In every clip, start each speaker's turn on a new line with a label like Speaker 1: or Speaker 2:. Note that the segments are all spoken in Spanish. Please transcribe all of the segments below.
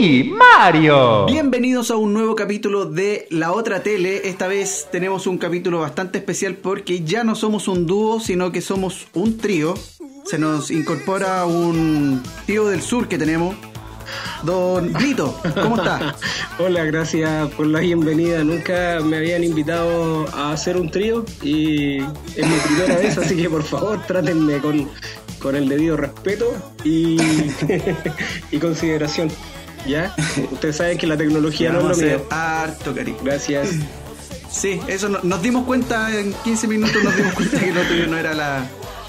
Speaker 1: ¡Ni Mario!
Speaker 2: Bienvenidos a un nuevo capítulo de La Otra Tele. Esta vez tenemos un capítulo bastante especial porque ya no somos un dúo, sino que somos un trío. Se nos incorpora un tío del sur que tenemos. Don Brito, ¿cómo está?
Speaker 3: Hola, gracias por la bienvenida. Nunca me habían invitado a hacer un trío y es mi primera vez, así que por favor trátenme con, con el debido respeto y, y consideración. ¿Ya? Ustedes saben que la tecnología no
Speaker 2: Vamos
Speaker 3: es
Speaker 2: a
Speaker 3: lo
Speaker 2: hacer
Speaker 3: mío.
Speaker 2: harto cariño.
Speaker 3: Gracias.
Speaker 2: Sí, eso no- nos dimos cuenta en 15 minutos, nos dimos cuenta que lo tuyo no era la,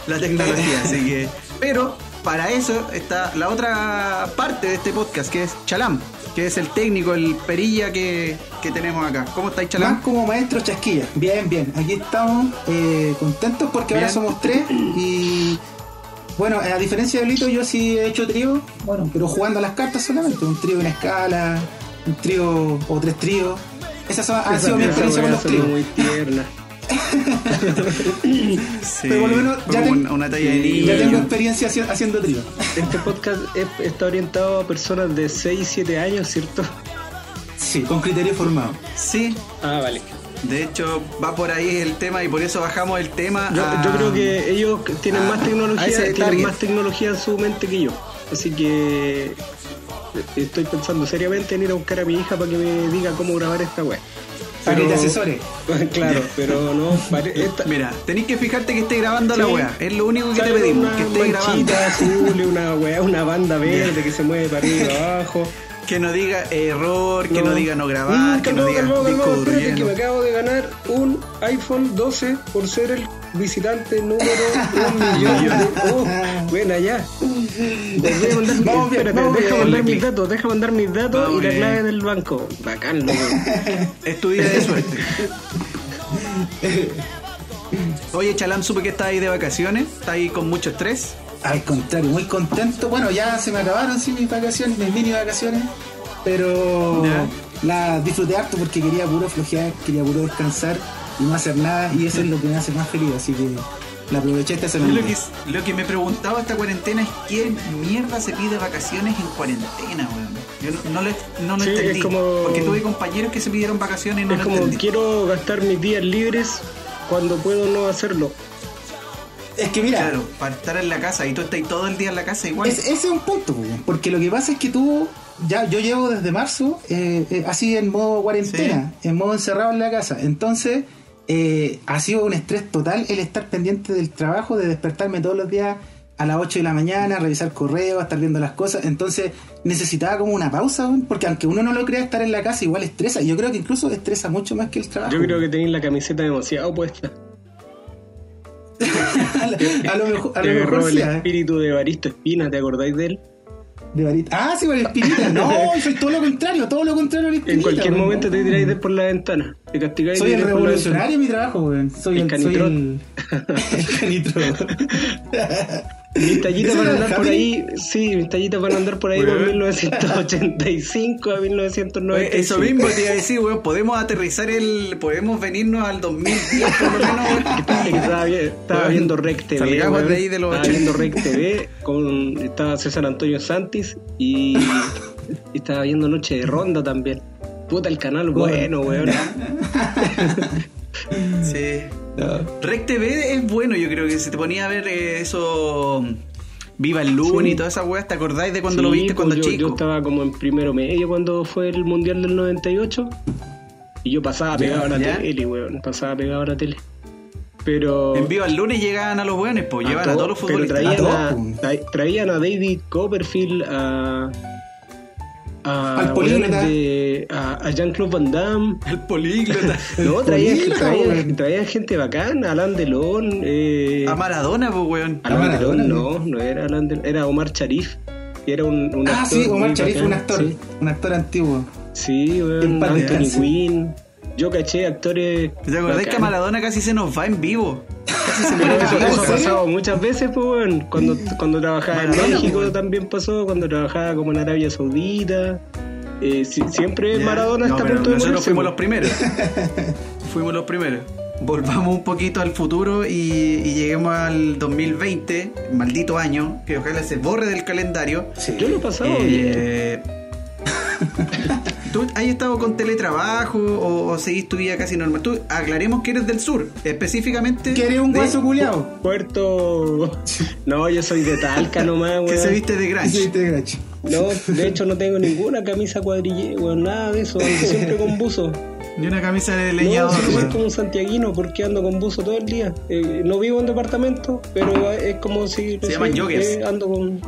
Speaker 2: la tecnología, así que. Pero para eso está la otra parte de este podcast, que es Chalam, que es el técnico, el perilla que, que tenemos acá. ¿Cómo estáis,
Speaker 4: Más
Speaker 2: Chalam?
Speaker 4: como maestro chasquilla. Bien, bien. Aquí estamos eh, contentos porque ahora
Speaker 2: Bien.
Speaker 4: somos tres. Y bueno, a diferencia de Lito, yo sí he hecho trío. Bueno, pero jugando a las cartas solamente. Un trío en escala, un trío o tres tríos. Esas son- han sido mi
Speaker 3: Esa
Speaker 4: experiencia con
Speaker 3: weá
Speaker 4: los
Speaker 3: sonó
Speaker 4: tríos.
Speaker 3: muy tierna.
Speaker 2: Sí,
Speaker 4: pero por lo menos
Speaker 2: fue
Speaker 4: ya
Speaker 2: como
Speaker 4: ten-
Speaker 2: una, una talla de
Speaker 3: Sí,
Speaker 4: Ya
Speaker 2: niño.
Speaker 4: tengo experiencia haci- haciendo trío.
Speaker 3: Este podcast es- está orientado a personas de 6, 7 años, ¿cierto?
Speaker 4: Sí, con criterio formado.
Speaker 2: Sí,
Speaker 3: Ah, vale.
Speaker 2: de hecho va por ahí el tema y por eso bajamos el tema.
Speaker 3: Yo,
Speaker 2: a-
Speaker 3: yo creo que ellos tienen
Speaker 2: a-
Speaker 3: más
Speaker 2: a ese
Speaker 3: tecnología, tienen
Speaker 2: target.
Speaker 3: más tecnología en su mente que yo. Así que eh, estoy pensando seriamente en ir a buscar a mi hija para que me diga cómo grabar esta web.
Speaker 4: Para que te asesore.
Speaker 3: Claro, pero no. pare- Esta,
Speaker 2: Mira, tenéis que fijarte que esté grabando la
Speaker 3: Sí.
Speaker 2: wea. Es lo único que te
Speaker 3: sale
Speaker 2: pedimos,
Speaker 3: una
Speaker 2: que esté grabando.
Speaker 3: manchita azul, una weá, una banda verde que se mueve para arriba y abajo.
Speaker 2: Que no diga error, que no diga no grabar,
Speaker 3: Mm,
Speaker 2: que no diga
Speaker 3: calmado, calmado,
Speaker 2: disco
Speaker 3: calmado, espérate que
Speaker 2: durmiendo.
Speaker 3: me acabo de ganar un iPhone 12 por ser el visitante número un millón. de- Oh, buena ya. Les voy a mandar mi-
Speaker 4: Vamos bien,
Speaker 3: espérate,
Speaker 4: vamos
Speaker 3: deja
Speaker 4: bien.
Speaker 3: mandar mis datos, deja mandar mis datos
Speaker 2: Vamos eh.
Speaker 3: y la
Speaker 2: bien.
Speaker 3: clave del banco. Bacán, loco.
Speaker 2: Es tu día de suerte. Oye, Chalam, supe que estás ahí de vacaciones, estás ahí con mucho estrés.
Speaker 4: Al contrario, muy contento. Bueno, ya se me acabaron sí mis vacaciones, mis mini vacaciones, pero
Speaker 2: Ya.
Speaker 4: las disfruté harto porque quería puro flojear, quería puro descansar y no hacer nada y eso es lo que me hace más feliz, así que la aproveché esta
Speaker 2: Yo
Speaker 4: semana.
Speaker 2: lo que, lo que me preguntaba esta cuarentena es quién mierda se pide vacaciones en cuarentena, weón. Yo no, no le- no lo
Speaker 3: Sí, es
Speaker 2: entendí.
Speaker 3: como-
Speaker 2: Porque tuve compañeros que se pidieron vacaciones y no
Speaker 3: Es
Speaker 2: lo
Speaker 3: como
Speaker 2: entendí.
Speaker 3: quiero gastar mis días libres cuando puedo no hacerlo.
Speaker 4: Es que mira,
Speaker 2: Claro, para estar en la casa y tú estás todo el día en la casa igual.
Speaker 4: es- ese es un punto, po, porque lo que pasa es que tú, ya yo llevo desde marzo eh, eh, así en modo cuarentena, en modo encerrado en la casa, entonces eh, ha sido un estrés total el estar pendiente del trabajo, de despertarme todos los días a las 8 de la mañana, revisar correos, estar viendo las cosas, entonces necesitaba como una pausa, weón, porque aunque uno no lo crea, estar en la casa igual estresa, y yo creo que incluso estresa mucho más que el trabajo.
Speaker 3: Yo creo que tenéis la camiseta demasiado puesta.
Speaker 4: a lo mejor, a
Speaker 3: Te
Speaker 4: lo
Speaker 3: agarró
Speaker 4: mejor
Speaker 3: el
Speaker 4: sí, ¿eh?
Speaker 3: espíritu de Baristo Espina, ¿te acordáis de él?
Speaker 4: De varita. Ah, sí, con el espinita. No, soy todo lo contrario, todo lo contrario al espinita.
Speaker 3: En cualquier
Speaker 4: weón.
Speaker 3: momento te tiráis de por la ventana. Te castigáis
Speaker 4: Soy
Speaker 3: de
Speaker 4: el
Speaker 3: tirar por la ventana.
Speaker 4: revolucionario en mi trabajo, weón.
Speaker 3: El
Speaker 4: Soy el, soy
Speaker 3: canitrón.
Speaker 4: el, el canitrón.
Speaker 3: Mis tallitas
Speaker 4: ¿Ese
Speaker 3: van a
Speaker 4: era el
Speaker 3: andar por
Speaker 4: Javi?
Speaker 3: ahí, sí, mis tallitas van a andar por ahí de
Speaker 2: Weón.
Speaker 3: 1985 a
Speaker 2: Oye,
Speaker 3: 1995.
Speaker 2: eso mismo te iba a decir, weón. Podemos aterrizar el. Podemos venirnos al 2010, por lo menos, weón.
Speaker 3: Es que Estaba, vi- estaba
Speaker 2: Weón,
Speaker 3: viendo Rec TV.
Speaker 2: salgamos
Speaker 3: weón.
Speaker 2: de ahí de los
Speaker 3: estaba
Speaker 2: 80.
Speaker 3: viendo Rec TV con estaba César Antonio Santis y, y estaba viendo Noche de Ronda también. Puta el canal, bueno, weón.
Speaker 2: Sí.
Speaker 4: No.
Speaker 2: Rec TV es bueno, yo creo que si te ponía a ver eh, eso. Viva el Loon
Speaker 3: Sí.
Speaker 2: y toda esa weá, ¿te acordás de cuando lo
Speaker 3: Sí,
Speaker 2: viste
Speaker 3: pues,
Speaker 2: cuando
Speaker 3: yo,
Speaker 2: chico?
Speaker 3: Yo estaba como en primero medio cuando fue el Mundial del 98 y yo pasaba pegado a la
Speaker 2: ya.
Speaker 3: tele, weón. Pasaba pegado a la tele. Pero.
Speaker 2: En Viva el Lunes llegaban a los weones, pues llevaban a
Speaker 3: todo-
Speaker 2: todos los
Speaker 3: pero
Speaker 2: futbolistas.
Speaker 3: traían
Speaker 4: A
Speaker 3: a,
Speaker 4: todos, pum.
Speaker 3: tra- traían a David Copperfield, a. a
Speaker 4: Al políglota.
Speaker 3: weones de- a, a Jean-Claude Van Damme.
Speaker 2: El políglota.
Speaker 3: No,
Speaker 4: El
Speaker 3: traían,
Speaker 4: políglota,
Speaker 3: traían-
Speaker 4: weón.
Speaker 3: traían gente bacana, Alan Delon. Eh,
Speaker 2: a Maradona, pues weón.
Speaker 3: Alan
Speaker 4: Maradona,
Speaker 3: Delon,
Speaker 4: ¿no?
Speaker 3: no, no era Alan Delon, era Omar Sharif. que Era un, un
Speaker 4: Ah,
Speaker 3: actor
Speaker 4: sí, Omar
Speaker 3: muy
Speaker 4: Sharif fue un
Speaker 3: bacán,
Speaker 4: actor.
Speaker 3: sí.
Speaker 4: Un actor antiguo.
Speaker 3: Sí,
Speaker 4: En
Speaker 3: weón,
Speaker 4: paz
Speaker 3: Anthony
Speaker 4: descanse.
Speaker 3: Quinn. Yo caché actores.
Speaker 2: ¿Te acordás que a
Speaker 3: bacanes.
Speaker 2: Maradona casi se nos va en vivo? Casi se
Speaker 3: Pero
Speaker 2: muere en
Speaker 3: eso,
Speaker 2: vivo.
Speaker 3: eso ha
Speaker 4: ¿Sí?
Speaker 3: pasado muchas veces, pues, weón. Cuando, cuando trabajaba en
Speaker 2: Mm. Maradona,
Speaker 3: México
Speaker 2: weón.
Speaker 3: también pasó, cuando trabajaba como en Arabia Saudita. Eh, si- siempre
Speaker 2: Ya.
Speaker 3: Maradona
Speaker 2: No,
Speaker 3: está a
Speaker 2: pero
Speaker 3: punto de
Speaker 2: Nosotros
Speaker 3: morirse, pues.
Speaker 2: fuimos los
Speaker 3: weón.
Speaker 2: primeros. fuimos los primeros. Volvamos un poquito al futuro y, y lleguemos al 2020, maldito año, que ojalá se borre del calendario.
Speaker 4: Sí.
Speaker 3: Yo lo he pasado bien.
Speaker 2: Eh, ¿Tú has estado con teletrabajo o, o seguís tu vida casi normal? Tú aclaremos que eres del sur, específicamente.
Speaker 4: ¿Quieres un
Speaker 2: de-
Speaker 4: guaso culiao?
Speaker 3: Puerto. No, yo soy de Talca nomás, weón.
Speaker 2: Que se viste de Grange.
Speaker 4: Ah, Sí, te cacho.
Speaker 3: No, de hecho no tengo ninguna camisa cuadrillera, weón, nada de eso, ando siempre con buzo.
Speaker 2: Y una camisa de
Speaker 3: No,
Speaker 2: leñador.
Speaker 3: soy
Speaker 2: weón.
Speaker 3: como un santiaguino porque ando con buzo todo el día. Eh, no vivo en departamento, pero es como si...
Speaker 2: Se llaman
Speaker 3: sí,
Speaker 2: joggers.
Speaker 3: eh, ando con...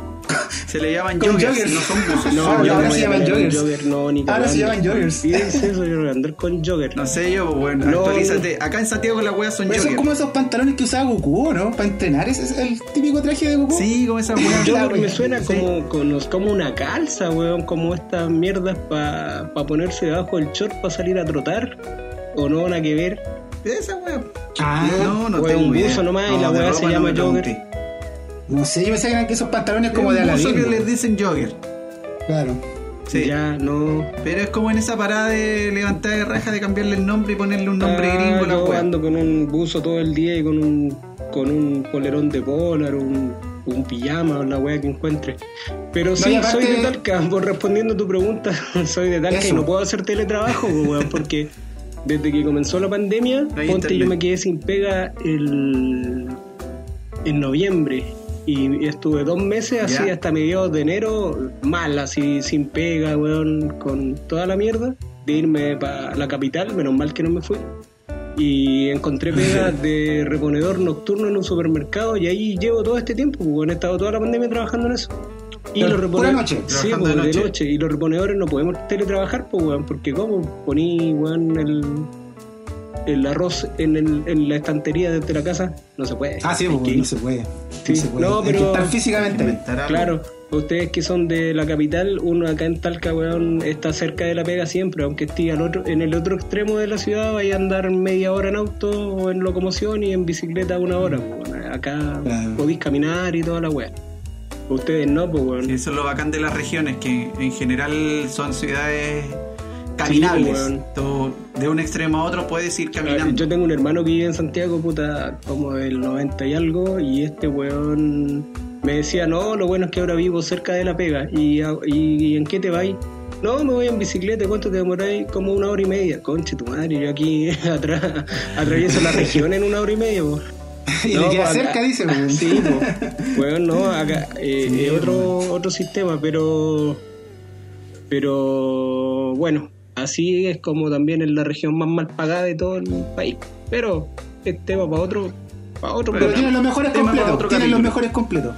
Speaker 2: se le llaman
Speaker 4: Con
Speaker 2: joggers,
Speaker 4: joggers.
Speaker 2: no son buzos.
Speaker 4: No,
Speaker 2: son
Speaker 4: ahora
Speaker 2: joggers.
Speaker 4: se llaman joggers.
Speaker 3: no, ni
Speaker 4: Ahora se
Speaker 3: cagando.
Speaker 4: llaman joggers.
Speaker 3: ¿Qué es eso? Yo voy a andar con jogger.
Speaker 2: No sé yo, bueno,
Speaker 3: No.
Speaker 2: actualízate. Acá en Santiago las weas son
Speaker 4: Pero son
Speaker 2: joggers.
Speaker 4: como esos pantalones que usaba Goku, ¿no? Para entrenar, ese es el típico traje de Goku.
Speaker 2: Sí, como esas weas.
Speaker 4: Yo-
Speaker 3: Jogger
Speaker 4: wea,
Speaker 3: me suena
Speaker 2: sí.
Speaker 3: como, como, como una calza, weón, como estas mierdas para ponerse debajo del short para salir a trotar. O no, nada que ver.
Speaker 2: Esa wea.
Speaker 4: Ah,
Speaker 2: no, no
Speaker 3: wea,
Speaker 2: tengo
Speaker 3: un
Speaker 2: idea.
Speaker 3: buzo nomás y la
Speaker 2: de
Speaker 3: wea se
Speaker 2: ropa
Speaker 3: llama
Speaker 2: me
Speaker 3: jogger.
Speaker 2: pregunté.
Speaker 4: No sé, yo pensé que eran que esos pantalones como de
Speaker 2: Es un buzo que les
Speaker 4: Aladín.
Speaker 2: dicen jogger.
Speaker 4: Claro.
Speaker 2: Sí.
Speaker 3: Ya, no.
Speaker 2: Pero es como en esa parada de levantar de raja de cambiarle el nombre y ponerle un nombre
Speaker 3: Ah,
Speaker 2: gringo a la
Speaker 3: yo
Speaker 2: wea.
Speaker 3: ando con un buzo todo el día y con un, con un polerón de polar, un, un pijama o la wea que encuentre. Pero sí,
Speaker 4: y aparte-
Speaker 3: soy de Talca, por respondiendo a tu pregunta, soy de Talca y
Speaker 4: Eso.
Speaker 3: no puedo hacer teletrabajo, po, weón, porque desde que comenzó la pandemia,
Speaker 2: hay
Speaker 3: ponte
Speaker 2: internet.
Speaker 3: yo me quedé sin pega el en noviembre. Y estuve dos meses así
Speaker 2: Ya.
Speaker 3: hasta mediados de enero, mal, así sin pega, weón, con toda la mierda, de irme para la capital, menos mal que no me fui. Y encontré pega de reponedor nocturno en un supermercado y ahí llevo todo este tiempo, porque he estado toda la pandemia trabajando en eso. Y
Speaker 4: Pero
Speaker 3: los
Speaker 4: pura
Speaker 3: reponedores.
Speaker 4: noche,
Speaker 3: Sí,
Speaker 2: trabajando
Speaker 3: pues,
Speaker 2: de
Speaker 3: de
Speaker 2: noche.
Speaker 3: noche. Y los reponedores no podemos teletrabajar, pues, weón, porque como poní, weón, el, el arroz en, el- en la estantería desde la casa, no se puede.
Speaker 4: Ah, sí,
Speaker 3: Hay que
Speaker 4: porque
Speaker 3: ir.
Speaker 4: no se puede.
Speaker 3: Sí.
Speaker 4: No se puede.
Speaker 3: No,
Speaker 4: Hay que
Speaker 3: pero-
Speaker 4: estar físicamente. ahí.
Speaker 2: Inventar algo.
Speaker 3: Claro, ustedes que son de la capital, uno acá en Talca, weón, está cerca de la pega siempre, aunque esté al otro, en el otro extremo de la ciudad, vaya a andar media hora en auto o en locomoción y en bicicleta una hora. pues, weón. acá
Speaker 4: Claro.
Speaker 3: podéis caminar y toda la weá. Ustedes no, pues, weón.
Speaker 2: Sí, Eso es lo bacán de las regiones, que en general son ciudades
Speaker 3: Sí,
Speaker 2: caminables.
Speaker 3: pues, weón.
Speaker 2: Tú de un extremo a otro puedes ir
Speaker 3: Ah,
Speaker 2: caminando.
Speaker 3: Yo tengo un hermano que vive en Santiago, puta, como del 90 y algo, y este weón me decía, no, lo bueno es que ahora vivo cerca de la pega, ¿y, a- y en qué te vais? No, me voy en bicicleta, ¿cuánto te demoráis? Como una hora y media, conche tu madre, yo aquí atra- atravieso la región en una hora y media, po.
Speaker 4: Y
Speaker 3: No,
Speaker 4: le queda
Speaker 3: pues,
Speaker 4: cerca,
Speaker 3: acá-
Speaker 4: dice. weón.
Speaker 3: Sí, pues. Bueno, no, acá eh, es otro, otro sistema, pero. Pero bueno, así es como también es la región más mal pagada de todo el país. Pero es tema para otro. Para otro
Speaker 4: Pero
Speaker 3: programa.
Speaker 4: tienen los mejores
Speaker 2: Tema para otro
Speaker 4: completos. Tienen los
Speaker 2: capítulo.
Speaker 4: mejores completos.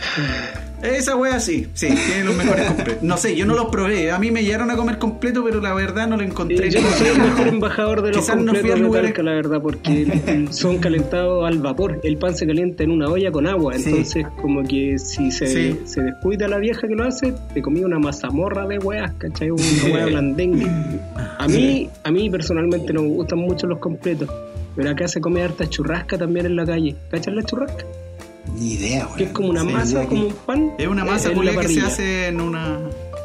Speaker 2: Esa wea sí, sí, tiene los mejores completos. No sé, yo no los probé. A mí me llegaron a comer completo, pero la verdad no lo encontré.
Speaker 3: Eh, Yo no soy el mejor embajador de los
Speaker 2: Quizás no fui al
Speaker 3: completos de
Speaker 2: lugar-
Speaker 3: Talca, la verdad, porque son calentados al vapor. El pan se calienta en una olla con agua,
Speaker 2: Sí.
Speaker 3: entonces como que si se,
Speaker 2: Sí.
Speaker 3: se descuida la vieja que lo hace, te comí una mazamorra de weas, ¿cachai? Una wea blandengue. A mí, a mí personalmente no me gustan mucho los completos, pero acá se come harta churrasca también en la calle. ¿Cachai la churrasca?
Speaker 4: Ni idea, weón.
Speaker 3: Que es como una
Speaker 4: Sí,
Speaker 3: masa,
Speaker 4: idea
Speaker 3: como un
Speaker 4: que-
Speaker 3: pan.
Speaker 2: Es una masa
Speaker 3: en la
Speaker 2: culia que se
Speaker 3: parrilla.
Speaker 2: hace en una.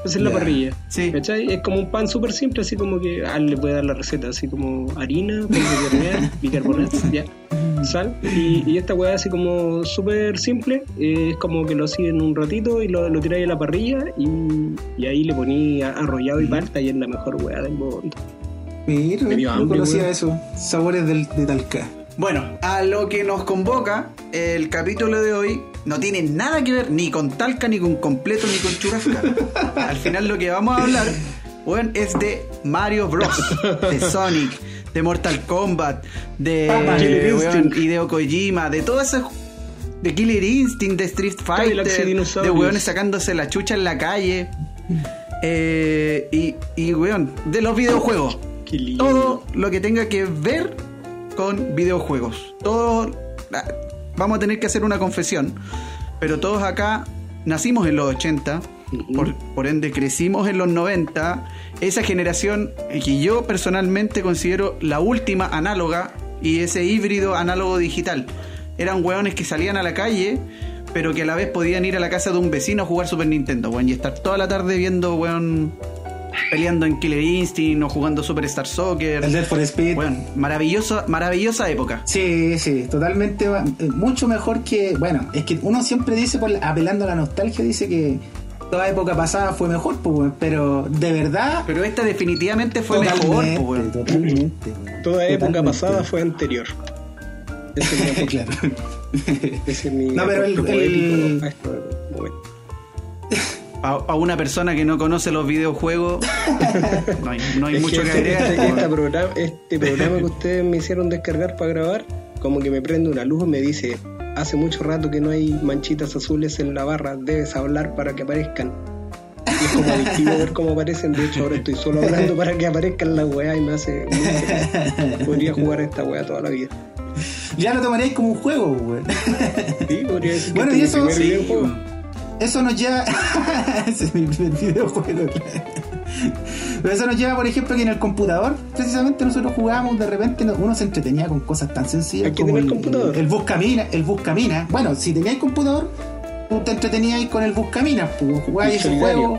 Speaker 3: Esa es la
Speaker 4: Ya.
Speaker 3: parrilla.
Speaker 2: Sí.
Speaker 3: ¿Cachai? Es como un pan súper simple, así como que ah, le voy a dar la receta, así como harina, polvo de hornear, bicarbonato, ya, sal. Y, y esta weá así como súper simple, eh, es como que lo hacía en un ratito y lo, lo tiráis a la parrilla y, y ahí le ponía arrollado y palta y es la mejor weá del mundo.
Speaker 4: Mira,
Speaker 3: Me dio
Speaker 4: no
Speaker 3: hambre,
Speaker 4: conocía
Speaker 2: ¿eh?
Speaker 3: weón.
Speaker 4: eso. Sabores del, de Talca.
Speaker 2: Bueno, a lo que nos convoca el capítulo de hoy no tiene nada que ver ni con Talca, ni con completo, ni con churrasca. Al final lo que vamos a hablar, bueno, es de Mario Bros, de Sonic, de Mortal Kombat, de
Speaker 4: Pac-Man.
Speaker 3: Ah, Killer
Speaker 2: weón,
Speaker 3: Instinct.
Speaker 2: Hideo Kojima, de todas esas de Killer Instinct, de Street
Speaker 3: Cadillacs y
Speaker 2: Fighter, de
Speaker 3: dinosaurios.
Speaker 2: weones sacándose la chucha en la calle. eh, y, y weón, de los videojuegos
Speaker 3: Qué lindo.
Speaker 2: todo lo que tenga que ver con videojuegos. Todo. ah, Vamos a tener que hacer una confesión. Pero todos acá nacimos en los 80.
Speaker 3: Ujú.
Speaker 2: Por, por ende, crecimos en los 90. Esa generación que yo personalmente considero la última análoga y ese híbrido análogo digital. Eran hueones que salían a la calle, pero que a la vez podían ir a la casa de un vecino a jugar Super Nintendo, weón, y estar toda la tarde viendo, weón, peleando en Killer Instinct o jugando Super Star Soccer.
Speaker 4: El Dead for Speed.
Speaker 2: Bueno, maravillosa, maravillosa época.
Speaker 4: Sí, sí, totalmente. va- eh, Mucho mejor que. Bueno, es que uno siempre dice, por la- apelando a la nostalgia, dice que toda época pasada fue mejor, pues, weón, pero de verdad,
Speaker 2: Pero esta definitivamente fue
Speaker 4: totalmente,
Speaker 2: mejor, pues, weón.
Speaker 4: totalmente, weón.
Speaker 3: Toda época
Speaker 4: Totalmente.
Speaker 3: pasada fue anterior. Ese es mi aporte,
Speaker 4: claro.
Speaker 3: ese es mi
Speaker 4: No, pero el-
Speaker 3: aporte
Speaker 4: el-
Speaker 3: poético a este momento.
Speaker 2: A, a una persona que no conoce los videojuegos, no hay, no hay
Speaker 3: Es
Speaker 2: mucho que
Speaker 3: este-
Speaker 2: agregar.
Speaker 3: este, este
Speaker 2: weón.
Speaker 3: programa, este programa que ustedes me hicieron descargar para grabar, como que me prende una luz y me dice, hace mucho rato que no hay manchitas azules en la barra, debes hablar para que aparezcan. Y es como adictivo ver cómo aparecen, de hecho ahora estoy solo hablando para que aparezcan las weas y me hace... muy feliz. Podría jugar a esta wea toda la vida.
Speaker 4: Ya lo tomaréis como un juego, weón.
Speaker 3: Sí, podría decir que
Speaker 4: Bueno,
Speaker 3: este es
Speaker 4: y
Speaker 3: mi
Speaker 4: eso-
Speaker 3: primer
Speaker 4: Sí,
Speaker 3: videojuego.
Speaker 4: Eso nos lleva. Ese es mi primer videojuego, claro. Pero eso nos lleva, por ejemplo, que en el computador, precisamente nosotros jugábamos, de repente no- uno se entretenía con cosas tan sencillas
Speaker 3: Hay que
Speaker 4: como
Speaker 3: tener
Speaker 4: el,
Speaker 3: computador.
Speaker 4: el bus camina, el bus camina. Bueno, si teníais computador, tú te entreteníais con el bus camina, pues,
Speaker 3: El
Speaker 4: jugáis ese
Speaker 3: solitario.
Speaker 4: juego.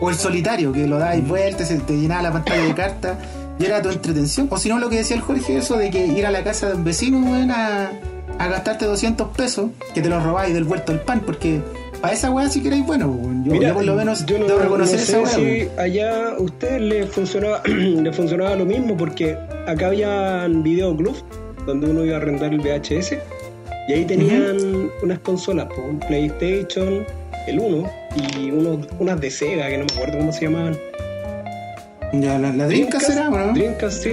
Speaker 4: O el solitario, que lo
Speaker 3: Mm.
Speaker 4: dais vueltas, se te llenaba la pantalla de cartas, y era tu entretención. O si no, lo que decía el Jorge, eso de que ir a la casa de un vecino, weón, a, a gastarte 200 pesos, que te los robáis del vuelto al pan, porque para esa weá sí que erais bueno, weón. Yo,
Speaker 3: Mira,
Speaker 4: yo por lo menos
Speaker 3: yo no,
Speaker 4: debo reconocer
Speaker 3: no sé
Speaker 4: esa weá. weón.
Speaker 3: si allá a ustedes les funcionaba, les funcionaba lo mismo porque acá habían videoclubs donde uno iba a arrendar el VHS y ahí tenían unas consolas, pues, un PlayStation, el 1 y unos- unas de Sega que no me acuerdo cómo se llamaban.
Speaker 4: Ya, la, la Dreamcast era, weón, ¿no?
Speaker 3: Dreamcast, sí.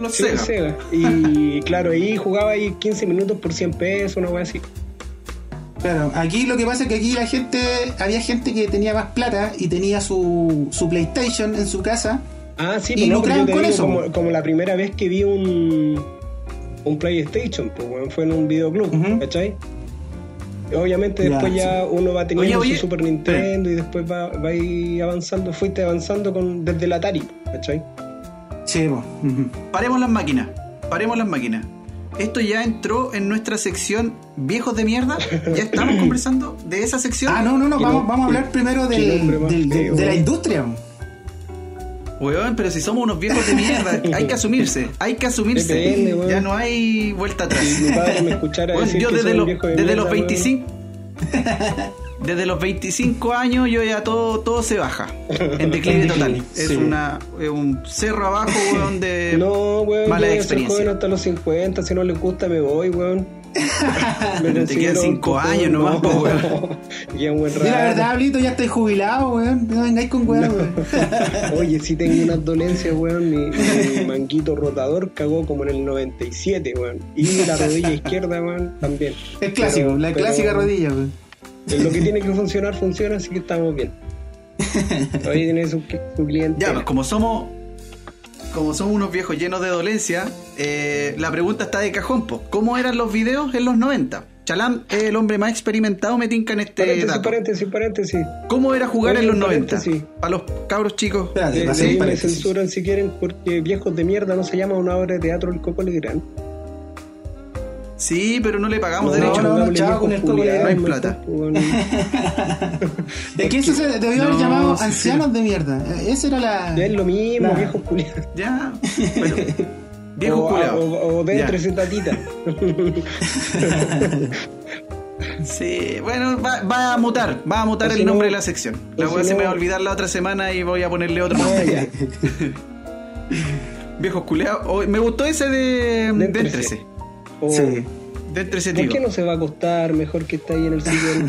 Speaker 2: Los
Speaker 3: Sí, de
Speaker 2: Sega.
Speaker 3: Sega. Y claro, ahí jugaba ahí 15 minutos por 100 pesos, una wea así.
Speaker 4: Claro, aquí lo que pasa es que aquí la gente, había gente que tenía más plata y tenía su, su PlayStation en su casa.
Speaker 3: Ah, sí,
Speaker 4: Y
Speaker 3: pero no, pero
Speaker 4: lucraban
Speaker 3: yo te
Speaker 4: con
Speaker 3: digo
Speaker 4: eso,
Speaker 3: Como,
Speaker 4: po.
Speaker 3: como la primera vez que vi un, un PlayStation, pues, weón, fue en un videoclub,
Speaker 4: Ujú.
Speaker 3: ¿cachai? Obviamente
Speaker 4: Ya,
Speaker 3: después ya uno va teniendo
Speaker 2: Oye, oye,
Speaker 3: su Super Nintendo y después va, va a ir avanzando, fuiste avanzando con, desde el Atari, ¿cachai?
Speaker 4: Sí, po. Ujú.
Speaker 2: Paremos las máquinas. Paremos las máquinas. Esto ya entró en nuestra sección viejos de mierda. Ya estamos conversando de esa sección.
Speaker 4: Ah, no, no, no,
Speaker 3: Qué
Speaker 4: vamos,
Speaker 3: nom-
Speaker 4: vamos a
Speaker 3: qué-
Speaker 4: hablar primero
Speaker 3: qué
Speaker 4: del-
Speaker 3: nombre más
Speaker 4: del- de,
Speaker 3: feo,
Speaker 4: de la
Speaker 3: weón.
Speaker 4: industria. weón.
Speaker 2: Weón, pero si somos unos viejos de mierda, hay que asumirse, hay que asumirse.
Speaker 3: Depende, weón.
Speaker 2: ya no hay vuelta atrás.
Speaker 3: Mi padre me escuchara
Speaker 2: Weón,
Speaker 3: decir
Speaker 2: yo
Speaker 3: que
Speaker 2: desde,
Speaker 3: soy un
Speaker 2: los-
Speaker 3: viejo de
Speaker 2: desde
Speaker 3: mierda,
Speaker 2: los
Speaker 3: weón.
Speaker 2: 25 desde los 25 años yo ya todo todo se baja en declive
Speaker 4: En declive,
Speaker 2: total. Es
Speaker 4: sí.
Speaker 2: una es un cerro abajo weón de
Speaker 3: No, weón,
Speaker 2: eh, mala
Speaker 3: yo voy a ser
Speaker 2: experiencia.
Speaker 3: joven hasta los 50, si no les gusta me voy, weón. Me
Speaker 2: quedan
Speaker 3: recibieron,
Speaker 2: cinco
Speaker 3: pues,
Speaker 2: años
Speaker 3: no.
Speaker 2: nomás, pues, weón.
Speaker 3: Ya un buen
Speaker 4: Di la
Speaker 3: rato.
Speaker 4: verdad, Pablito, ya estoy jubilado, weón. No vengáis con weón, weón.
Speaker 3: Oye, sí tengo unas dolencias, weón. Mi, mi manguito rotador cagó como en el 97, weón. Y la rodilla izquierda, weón, también.
Speaker 4: Es clásico,
Speaker 3: Pero-
Speaker 4: la
Speaker 3: pero
Speaker 4: clásica rodilla, weón.
Speaker 3: en Lo que tiene que funcionar, funciona, así que estamos bien. Oye, tiene su, su cliente.
Speaker 2: Ya, pues como somos como somos unos viejos llenos de dolencia, eh, la pregunta está de cajón, po. ¿Cómo eran los videos en los 90? Chalam es el hombre más experimentado, me tinca en este
Speaker 3: paréntesis,
Speaker 2: dato.
Speaker 3: paréntesis, paréntesis.
Speaker 2: ¿Cómo era jugar
Speaker 3: Oye,
Speaker 2: en los 90?
Speaker 3: paréntesis.
Speaker 2: Para los cabros chicos.
Speaker 4: Espérate,
Speaker 3: De,
Speaker 4: va a
Speaker 3: de
Speaker 4: ser
Speaker 3: ahí me
Speaker 4: paréntesis.
Speaker 3: censuran si quieren, porque viejos de mierda no se llama una obra de teatro el Coco Legrand.
Speaker 2: Sí, pero no le pagamos
Speaker 4: No,
Speaker 2: derecho.
Speaker 4: no, no,
Speaker 3: dándole
Speaker 4: chao
Speaker 3: viejos
Speaker 4: con el Coco
Speaker 3: culiados,
Speaker 2: Legrand. No hay
Speaker 3: mejor,
Speaker 2: plata.
Speaker 3: weón.
Speaker 4: Es que eso se debió haber
Speaker 2: No,
Speaker 4: llamado
Speaker 2: sí.
Speaker 4: ancianos de mierda. Eh, Esa era la.
Speaker 3: Ya es lo mismo,
Speaker 4: Nah.
Speaker 3: viejos culiados.
Speaker 2: Ya. Bueno, viejo
Speaker 3: o,
Speaker 2: culiao.
Speaker 3: o, o de
Speaker 2: Ya.
Speaker 3: entre ese tatita.
Speaker 2: Sí, bueno, va, va a mutar. Va a mutar
Speaker 3: O si
Speaker 2: el nombre
Speaker 3: no-
Speaker 2: de la sección.
Speaker 3: o
Speaker 2: La
Speaker 3: si
Speaker 2: weá se
Speaker 3: no-
Speaker 2: me va a olvidar la otra semana y voy a ponerle otro
Speaker 3: Ah,
Speaker 2: nombre.
Speaker 3: ya.
Speaker 2: Viejos culiados. Oh, me gustó ese de. De
Speaker 3: Déntrese.
Speaker 2: entrese.
Speaker 3: O-
Speaker 4: Sí.
Speaker 2: De entrese,
Speaker 3: ¿Por
Speaker 2: tío.
Speaker 3: qué no se va a acostar mejor que está ahí en el sillón?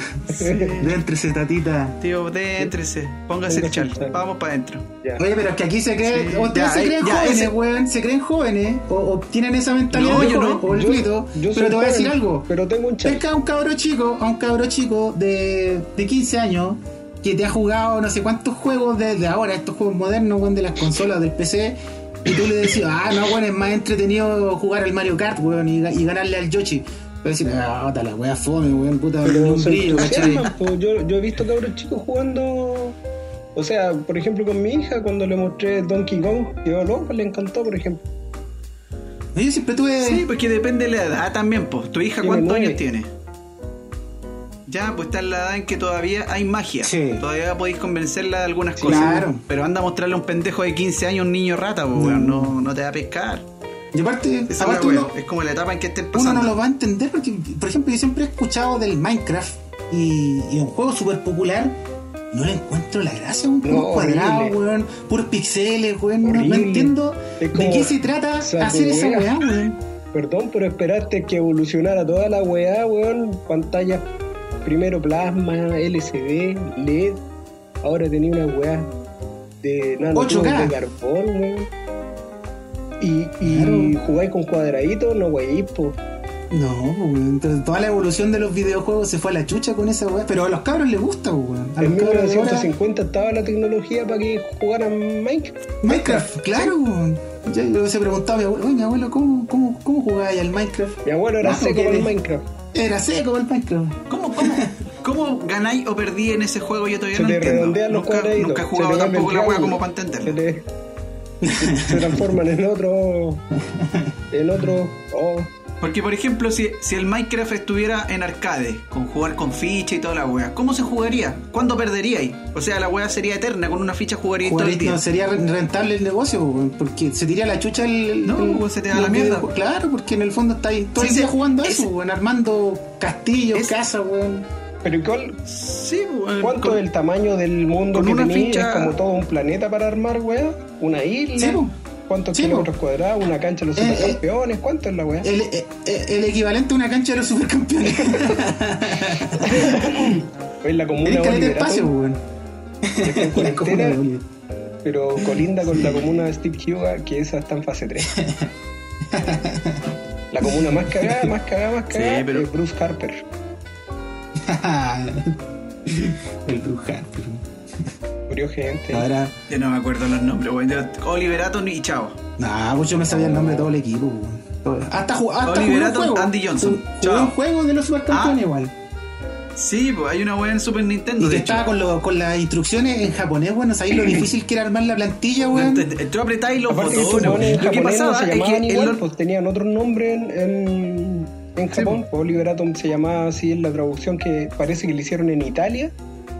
Speaker 4: De entre ese tatita.
Speaker 2: Tío, de entrese. Póngase el
Speaker 3: Póngase el
Speaker 2: chal.
Speaker 3: chal.
Speaker 2: Vamos para adentro.
Speaker 3: Ya.
Speaker 4: Oye, pero es que aquí se creen.
Speaker 2: Sí,
Speaker 4: ustedes
Speaker 2: ya,
Speaker 4: se
Speaker 2: eh,
Speaker 4: creen
Speaker 2: ya,
Speaker 4: jóvenes,
Speaker 2: ese-
Speaker 4: weón. Se creen jóvenes. O, o tienen esa mentalidad.
Speaker 2: No,
Speaker 4: de
Speaker 2: yo
Speaker 4: joven,
Speaker 2: no.
Speaker 4: O el
Speaker 3: Yo-
Speaker 4: grito.
Speaker 3: yo soy
Speaker 4: Pero te voy a decir
Speaker 3: joven,
Speaker 4: algo.
Speaker 3: Pero tengo un chat.
Speaker 4: Pesca a un cabro chico, a un cabro chico de, de 15 años que te ha jugado no sé cuántos juegos desde ahora, estos juegos modernos, weón, de las consolas, del PC, y tú le decís, ah, no, bueno, es más entretenido jugar al Mario Kart, weón, y, ga- y ganarle al Yoshi. Pero decir, ah, puta, la wea fome, weón, puta, ni
Speaker 3: Pero
Speaker 4: un
Speaker 3: se
Speaker 4: brillo, ¿cachai?
Speaker 3: entusiasman, po. yo, yo he visto cabros chicos jugando. O sea, por ejemplo, con mi hija, cuando le mostré Donkey Kong, quedó loco, le encantó, por ejemplo.
Speaker 4: Yo siempre tuve.
Speaker 2: Sí, pues que depende de la edad también, pues. ¿Tu hija
Speaker 3: Tiene
Speaker 2: cuántos
Speaker 3: nueve.
Speaker 2: años tiene? Ya, pues está en la edad en que todavía hay magia.
Speaker 4: Sí.
Speaker 2: Todavía podéis convencerla de algunas
Speaker 4: Sí,
Speaker 2: cosas.
Speaker 4: claro.
Speaker 2: Pero anda a mostrarle a un pendejo de 15 años un niño rata, pues,
Speaker 4: No.
Speaker 2: weón, no, no te va a pescar.
Speaker 4: Y aparte,
Speaker 2: Esa es,
Speaker 4: aparte
Speaker 2: la
Speaker 4: uno,
Speaker 2: weá, es como la etapa en que estén
Speaker 4: uno
Speaker 2: pasando.
Speaker 4: no lo va a entender porque, por ejemplo, yo siempre he escuchado del Minecraft y, y un juego súper popular no le encuentro la gracia, un
Speaker 3: No,
Speaker 4: cuadrado,
Speaker 3: horrible.
Speaker 4: weón, puros pixeles, weón, no- no,
Speaker 3: Horrible.
Speaker 4: entiendo
Speaker 3: Es
Speaker 4: de
Speaker 3: como-
Speaker 4: qué se trata
Speaker 3: saco
Speaker 4: hacer esa
Speaker 3: weá.
Speaker 4: weá, weón.
Speaker 3: Perdón, pero esperaste que evolucionara toda la weá, weón. Pantalla, primero plasma, LCD, LED. Ahora tenía una weá de nanotubos
Speaker 4: 8K.
Speaker 3: de carbón, weón. Y, y
Speaker 4: Claro.
Speaker 3: jugáis con cuadraditos, no weáis, po.
Speaker 4: No, weón, entonces toda la evolución de los videojuegos se fue a la chucha con esa weá, pero a los cabros les gusta, weón. A
Speaker 3: En
Speaker 4: los cabros de ahora-
Speaker 3: 1950 estaba la tecnología para que jugaran Minecraft.
Speaker 4: Minecraft, claro, weón. Yo le hubiese preguntado a mi abuelo, oye, mi abuelo, ¿cómo, cómo, cómo jugabas al Minecraft?
Speaker 3: Mi abuelo era
Speaker 4: No,
Speaker 3: seco
Speaker 4: que
Speaker 3: con
Speaker 4: de-
Speaker 3: Minecraft.
Speaker 4: Era seco el Minecraft.
Speaker 2: ¿Cómo, cómo, cómo ganáis o perdí en ese juego? Yo todavía
Speaker 3: Se
Speaker 2: no
Speaker 3: le
Speaker 2: entiendo.
Speaker 3: redondean los
Speaker 2: nunca,
Speaker 3: cuadraditos.
Speaker 2: nunca he
Speaker 3: se
Speaker 2: jugado
Speaker 3: le cambia
Speaker 2: tampoco
Speaker 3: el
Speaker 2: la hueá como
Speaker 3: triángulo,
Speaker 2: para entenderlo.
Speaker 3: se le- Se transforman en otro. En otro. Oh,
Speaker 2: Porque, por ejemplo, si, si el Minecraft estuviera en arcade, con jugar con ficha y toda la wea, ¿cómo se jugaría? ¿Cuándo perderíais? O sea, la wea sería eterna, con una ficha jugaría todo el
Speaker 4: Jugaría-
Speaker 2: día.
Speaker 4: no, sería re- rentable el negocio, weón, porque se tira la chucha el. el-
Speaker 2: No,
Speaker 4: el-
Speaker 2: weón, se te da la
Speaker 4: los
Speaker 2: mierda.
Speaker 4: videojuegos. Claro, porque en el fondo está ahí todo
Speaker 2: Sí,
Speaker 4: el día
Speaker 2: sí,
Speaker 4: jugando a
Speaker 2: es-
Speaker 4: eso, weón, armando castillos,
Speaker 2: es-
Speaker 4: casas, weón.
Speaker 3: Pero ¿y cuál,
Speaker 2: Sí, pues, weón.
Speaker 3: ¿cuánto
Speaker 2: con-
Speaker 3: del tamaño del mundo
Speaker 2: con
Speaker 3: que
Speaker 2: una
Speaker 3: tenía?
Speaker 2: ficha-
Speaker 3: Es como todo un planeta para armar, weá. Una isla.
Speaker 4: Sí, po.
Speaker 3: ¿Cuántos
Speaker 4: Sí, po.
Speaker 3: kilómetros cuadrados? Una cancha de los
Speaker 4: Eh, eh.
Speaker 3: supercampeones. ¿Cuánto es la weá?
Speaker 4: El, el- el equivalente a una cancha de los supercampeones.
Speaker 3: Es la comuna
Speaker 4: Tenés que tener
Speaker 3: Oliverato,
Speaker 4: espacio, weón.
Speaker 3: que está en
Speaker 4: La comuna de
Speaker 3: cuarentena,
Speaker 4: Bolivia.
Speaker 3: pero colinda con la comuna de Steve Hyuga, que esa está en fase 3. La comuna más cagada, más cagada, más
Speaker 2: Sí,
Speaker 3: cagada
Speaker 2: pero-
Speaker 3: es Bruce Harper.
Speaker 4: el brujar.
Speaker 3: Murió gente.
Speaker 4: Ahora.
Speaker 2: Yo no me acuerdo los nombres, weón. Yo- Oliverato y chao.
Speaker 4: Nah, pues yo me sabía el nombre de todo el equipo, weón. Todo-
Speaker 3: Ah.
Speaker 4: Hasta, ju- hasta jugué un
Speaker 2: Oliverato,
Speaker 4: juego.
Speaker 2: Andy Johnson.
Speaker 4: Jugué
Speaker 2: Chao.
Speaker 4: un juego de los supercampeones
Speaker 2: Ah.
Speaker 4: igual.
Speaker 2: Sí, pues hay una wea en Super Nintendo,
Speaker 4: Y
Speaker 2: de
Speaker 4: que
Speaker 2: hecho.
Speaker 4: estaba con, lo- con las instrucciones en japonés, weón. No sabéis lo difícil que era armar la plantilla,
Speaker 2: No
Speaker 4: weón.
Speaker 2: entendí. Tú apretáis los
Speaker 3: Aparte que
Speaker 2: botones.
Speaker 3: estos
Speaker 2: weón.
Speaker 3: weones
Speaker 2: Lo que
Speaker 3: japoneses no
Speaker 2: pasaba
Speaker 3: se
Speaker 2: es que
Speaker 3: llamaban
Speaker 2: el
Speaker 3: igual,
Speaker 2: or-
Speaker 3: pues tenían otro nombre en, en, en Japón. pues, Oliveratum se llamaba así en la traducción que parece que le hicieron en Italia.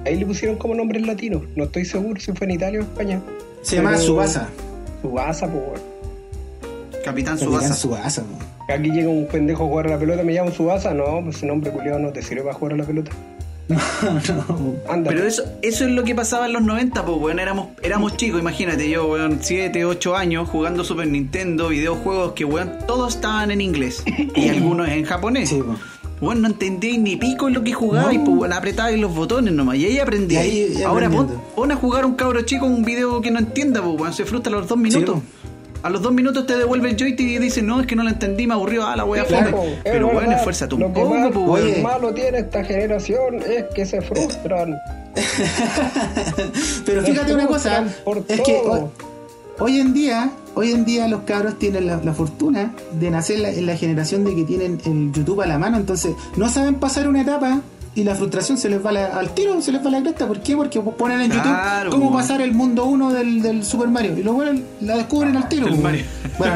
Speaker 3: Ahí le pusieron como nombres latinos. No estoy seguro si fue en Italia o España.
Speaker 4: Se llamaba
Speaker 3: Pero-
Speaker 4: Subasa.
Speaker 3: Subasa, pues. weón.
Speaker 2: Capitán
Speaker 4: Subasa.
Speaker 2: Subasa.
Speaker 4: Subasa, weón.
Speaker 3: Aquí llega un pendejo a jugar a la pelota, me llamo Subasa. No, pues ese nombre culiado no te sirve para jugar a la pelota.
Speaker 4: No.
Speaker 3: Anda.
Speaker 2: Pero eso, eso es lo que pasaba en los 90, pues, weón. Éramos, éramos chicos, imagínate yo, weón, 7, 8 años jugando Super Nintendo, videojuegos que, weón, todos estaban en inglés y algunos en japonés.
Speaker 4: Sí, weón.
Speaker 2: Weón, no entendíais ni pico en lo que jugabais,
Speaker 4: No.
Speaker 2: pues, weón, apretabais los botones nomás y ahí aprendí.
Speaker 4: Y ahí, ahí
Speaker 2: Ahora pon,
Speaker 4: aprendiendo.
Speaker 2: pon a jugar a un cabro chico un video que no entienda, pues, weón, se frustra a los dos minutos.
Speaker 4: weón.
Speaker 2: a los dos minutos te devuelve el joystick y dice, no, es que no la entendí, me aburrió, ah, la wea
Speaker 3: Claro,
Speaker 2: fome.
Speaker 3: es
Speaker 2: Pero, weón,
Speaker 3: verdad.
Speaker 2: esfuérzate
Speaker 3: Lo
Speaker 2: un
Speaker 3: que
Speaker 2: poco,
Speaker 3: más-
Speaker 2: pues, weón.
Speaker 4: Oye.
Speaker 3: malo tiene esta generación es que se frustran.
Speaker 4: Pero
Speaker 3: Los
Speaker 4: fíjate una cosa,
Speaker 3: frustran por
Speaker 4: es que
Speaker 3: todo.
Speaker 4: hoy, hoy en día, hoy en día los cabros tienen la, la fortuna de nacer la- en la generación de que tienen el YouTube a la mano, entonces no saben pasar una etapa y la frustración se les va la- al tiro, se les va la cresta, ¿por qué? Porque ponen en YouTube
Speaker 2: Claro, pues.
Speaker 4: cómo
Speaker 2: weón.
Speaker 4: pasar el mundo 1 del, del Super Mario y luego la descubren al tiro.
Speaker 2: Del
Speaker 4: weón.
Speaker 2: Mario.
Speaker 4: Bueno,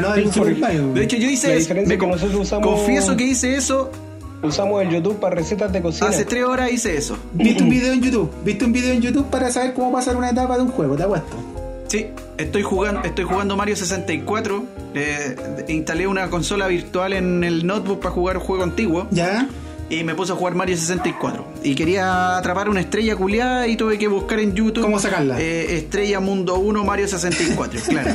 Speaker 4: no del Super Mario.
Speaker 3: pues.
Speaker 2: De hecho, yo
Speaker 3: La
Speaker 2: hice eso.
Speaker 3: diferencia es que
Speaker 2: con-
Speaker 3: nosotros usamos-
Speaker 2: Confieso que hice eso.
Speaker 3: Usamos el YouTube para recetas de cocina.
Speaker 2: Hace tres horas hice eso.
Speaker 4: Viste un video en YouTube, viste un video en YouTube para saber cómo pasar una etapa de un juego, te apuesto.
Speaker 2: Sí, estoy jugando, estoy jugando Mario 64. eh, instalé una consola virtual en el notebook para jugar un juego antiguo.
Speaker 4: ¿Ya?
Speaker 2: Y me puse a jugar Mario 64. Y quería atrapar una estrella culiada y tuve que buscar en YouTube.
Speaker 4: ¿Cómo sacarla?
Speaker 2: eh, estrella Mundo 1 Mario 64, claro.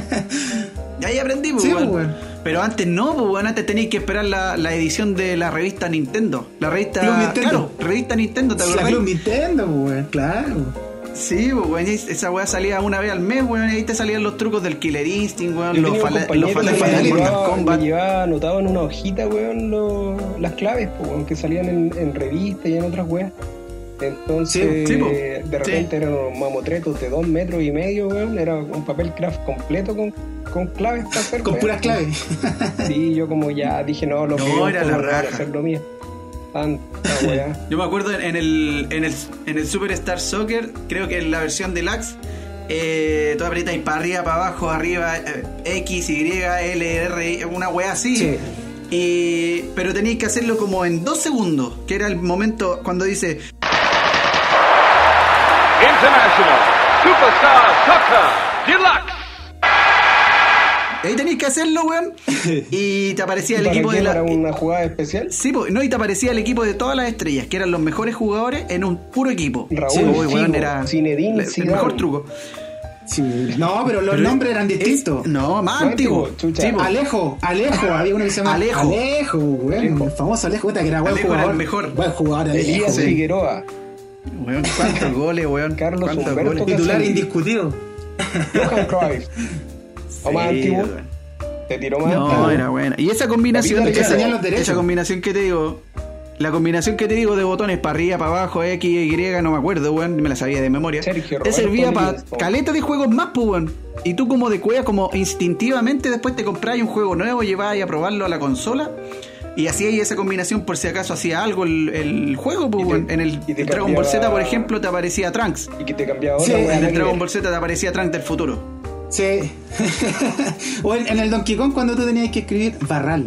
Speaker 2: Y ahí aprendí, pues,
Speaker 4: Sí,
Speaker 2: weón.
Speaker 4: pues, weón.
Speaker 2: Pero antes no, pues, weón, antes tenéis que esperar la, la edición de la revista Nintendo. La revista.
Speaker 4: Club Nintendo.
Speaker 2: Claro, revista Nintendo, ¿te
Speaker 4: La
Speaker 2: acordás?
Speaker 4: Club Nintendo, pues, weón, claro.
Speaker 2: Sí, pues, weón, y esa weá salía una vez al mes, weón, y ahí te salían los trucos del Killer Instinct, weón,
Speaker 3: Yo
Speaker 2: los,
Speaker 3: tenía un
Speaker 2: fala- los
Speaker 3: compañero que
Speaker 2: fala-
Speaker 3: me
Speaker 4: los Fatal
Speaker 2: Mortal
Speaker 3: llevaba-
Speaker 2: Kombat.
Speaker 3: me llevaba anotado en una hojita, weón, lo- las claves, po, weón, que salían en, en revistas y en otras weas. Entonces,
Speaker 2: Sí, sí, po.
Speaker 3: de repente
Speaker 2: Sí.
Speaker 3: eran unos mamotretos de dos metros y medio, weón. Era un papel craft completo con, con claves para hacer,
Speaker 4: Con
Speaker 3: weón.
Speaker 4: puras claves.
Speaker 3: Sí, yo como ya dije, no, los
Speaker 2: No,
Speaker 3: videos
Speaker 2: era la
Speaker 3: porno van a
Speaker 2: raja.
Speaker 3: ser lo mío. Tanta weá.
Speaker 2: Yo me acuerdo en el, en el, en el Superstar Soccer, creo que en la versión deluxe, eh, tú aprietas y para arriba, para abajo, arriba, eh, X, Y, L, R, I, una wea así.
Speaker 4: Sí.
Speaker 2: Y- pero tenías que hacerlo como en dos segundos, que era el momento cuando dice
Speaker 5: International Superstar Soccer Deluxe.
Speaker 2: Y ahí tenéis que hacerlo, weón. Y te aparecía el
Speaker 3: ¿Para
Speaker 2: equipo
Speaker 3: qué?
Speaker 2: de la.
Speaker 3: ¿Para una jugada especial?
Speaker 2: Sí, po, no, y te aparecía el equipo de todas las estrellas, que eran los mejores jugadores en un puro equipo.
Speaker 3: Raúl,
Speaker 2: Sí, po, y, weón,
Speaker 3: Figo,
Speaker 2: era
Speaker 3: Zinedine
Speaker 2: le- el
Speaker 3: Zidane.
Speaker 2: mejor truco.
Speaker 4: Sí, no, pero los nombres eran distintos.
Speaker 2: No, más antiguo.
Speaker 3: antiguo, chucha.
Speaker 2: Sí, po.
Speaker 4: Alejo, Alejo, había uno que se llamaba
Speaker 2: Alejo.
Speaker 4: Alejo, weón, el famoso Alejo, puta, que era buen
Speaker 2: Alejo era
Speaker 4: jugador.
Speaker 2: el mejor.
Speaker 4: Buen jugador, Alejo.
Speaker 3: Elías
Speaker 4: weón.
Speaker 3: Figueroa.
Speaker 2: Weón, cuántos goles, weón.
Speaker 3: Carlos
Speaker 2: cuántos
Speaker 3: Humberto
Speaker 2: goles.
Speaker 4: Titular
Speaker 3: Sí.
Speaker 4: indiscutido.
Speaker 3: Johan Cruyff. O más
Speaker 2: Sí,
Speaker 3: antiguo.
Speaker 2: weón.
Speaker 3: Te tiró más antiguo.
Speaker 2: No, era buena. Y esa combinación,
Speaker 4: Capitán, que
Speaker 2: esa,
Speaker 4: señala los derechos.
Speaker 2: esa combinación que te digo, la combinación que te digo de botones para arriba, para abajo, X, Y, no me acuerdo, weón, me la sabía de memoria.
Speaker 3: Sergio
Speaker 2: te
Speaker 3: Roberto
Speaker 2: servía para
Speaker 3: Díaz, po.
Speaker 2: caleta de juegos más, pues, weón. Y tú como de cueva, como instintivamente después te compráis un juego nuevo, lleváis a probarlo a la consola. Y hacíais esa combinación por si acaso hacía algo el, el juego, pues,
Speaker 3: Y te-
Speaker 2: weón. En el
Speaker 3: y te
Speaker 2: Dragon Ball Z,
Speaker 3: cambiaba-
Speaker 2: por ejemplo, te aparecía Trunks.
Speaker 3: Y que te cambiaba
Speaker 4: Sí,
Speaker 3: otra
Speaker 4: en
Speaker 3: weá.
Speaker 2: En
Speaker 3: nada
Speaker 2: el
Speaker 3: que
Speaker 2: Dragon
Speaker 3: ver.
Speaker 2: Ball Z te aparecía Trunks del futuro.
Speaker 4: Sí. o en, en el Donkey Kong cuando tú tenías que escribir barral.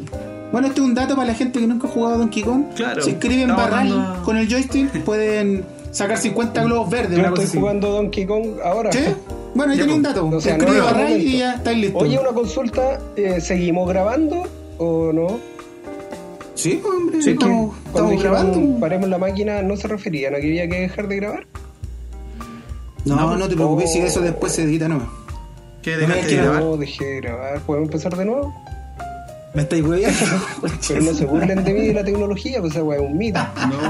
Speaker 4: Bueno, este es un dato para la gente que nunca ha jugado a Donkey Kong.
Speaker 2: Claro.
Speaker 4: Si escriben
Speaker 2: Estamos
Speaker 4: barral
Speaker 2: hablando-
Speaker 4: con el joystick pueden sacar 50 globos verdes,
Speaker 3: Yo
Speaker 4: una cosa
Speaker 3: estoy
Speaker 4: así.
Speaker 3: jugando Donkey Kong ahora.
Speaker 4: ¿Sí? Bueno, ahí
Speaker 2: Ya,
Speaker 4: tenía un
Speaker 2: pues.
Speaker 4: dato.
Speaker 3: O sea, no
Speaker 4: Escribe
Speaker 3: es
Speaker 4: barral
Speaker 3: momento.
Speaker 4: y ya estáis listos.
Speaker 3: Oye, una consulta. eh, ¿Seguimos grabando o no?
Speaker 4: Sí, pues, hombre,
Speaker 2: Sí,
Speaker 4: estamos,
Speaker 3: Cuando
Speaker 4: estamos
Speaker 3: dijeron,
Speaker 4: grabando.
Speaker 3: Paremos la máquina, no se referían a que había que dejar de grabar.
Speaker 4: No, no te preocupes si eso después se edita nomás.
Speaker 2: ¿Qué
Speaker 4: dejaste de grabar?
Speaker 3: No, dejé de grabar. ¿Podemos empezar de nuevo?
Speaker 4: Me estáis hueviando.
Speaker 3: Pero no se burlen de mí de la tecnología, pues esa weá es un mito.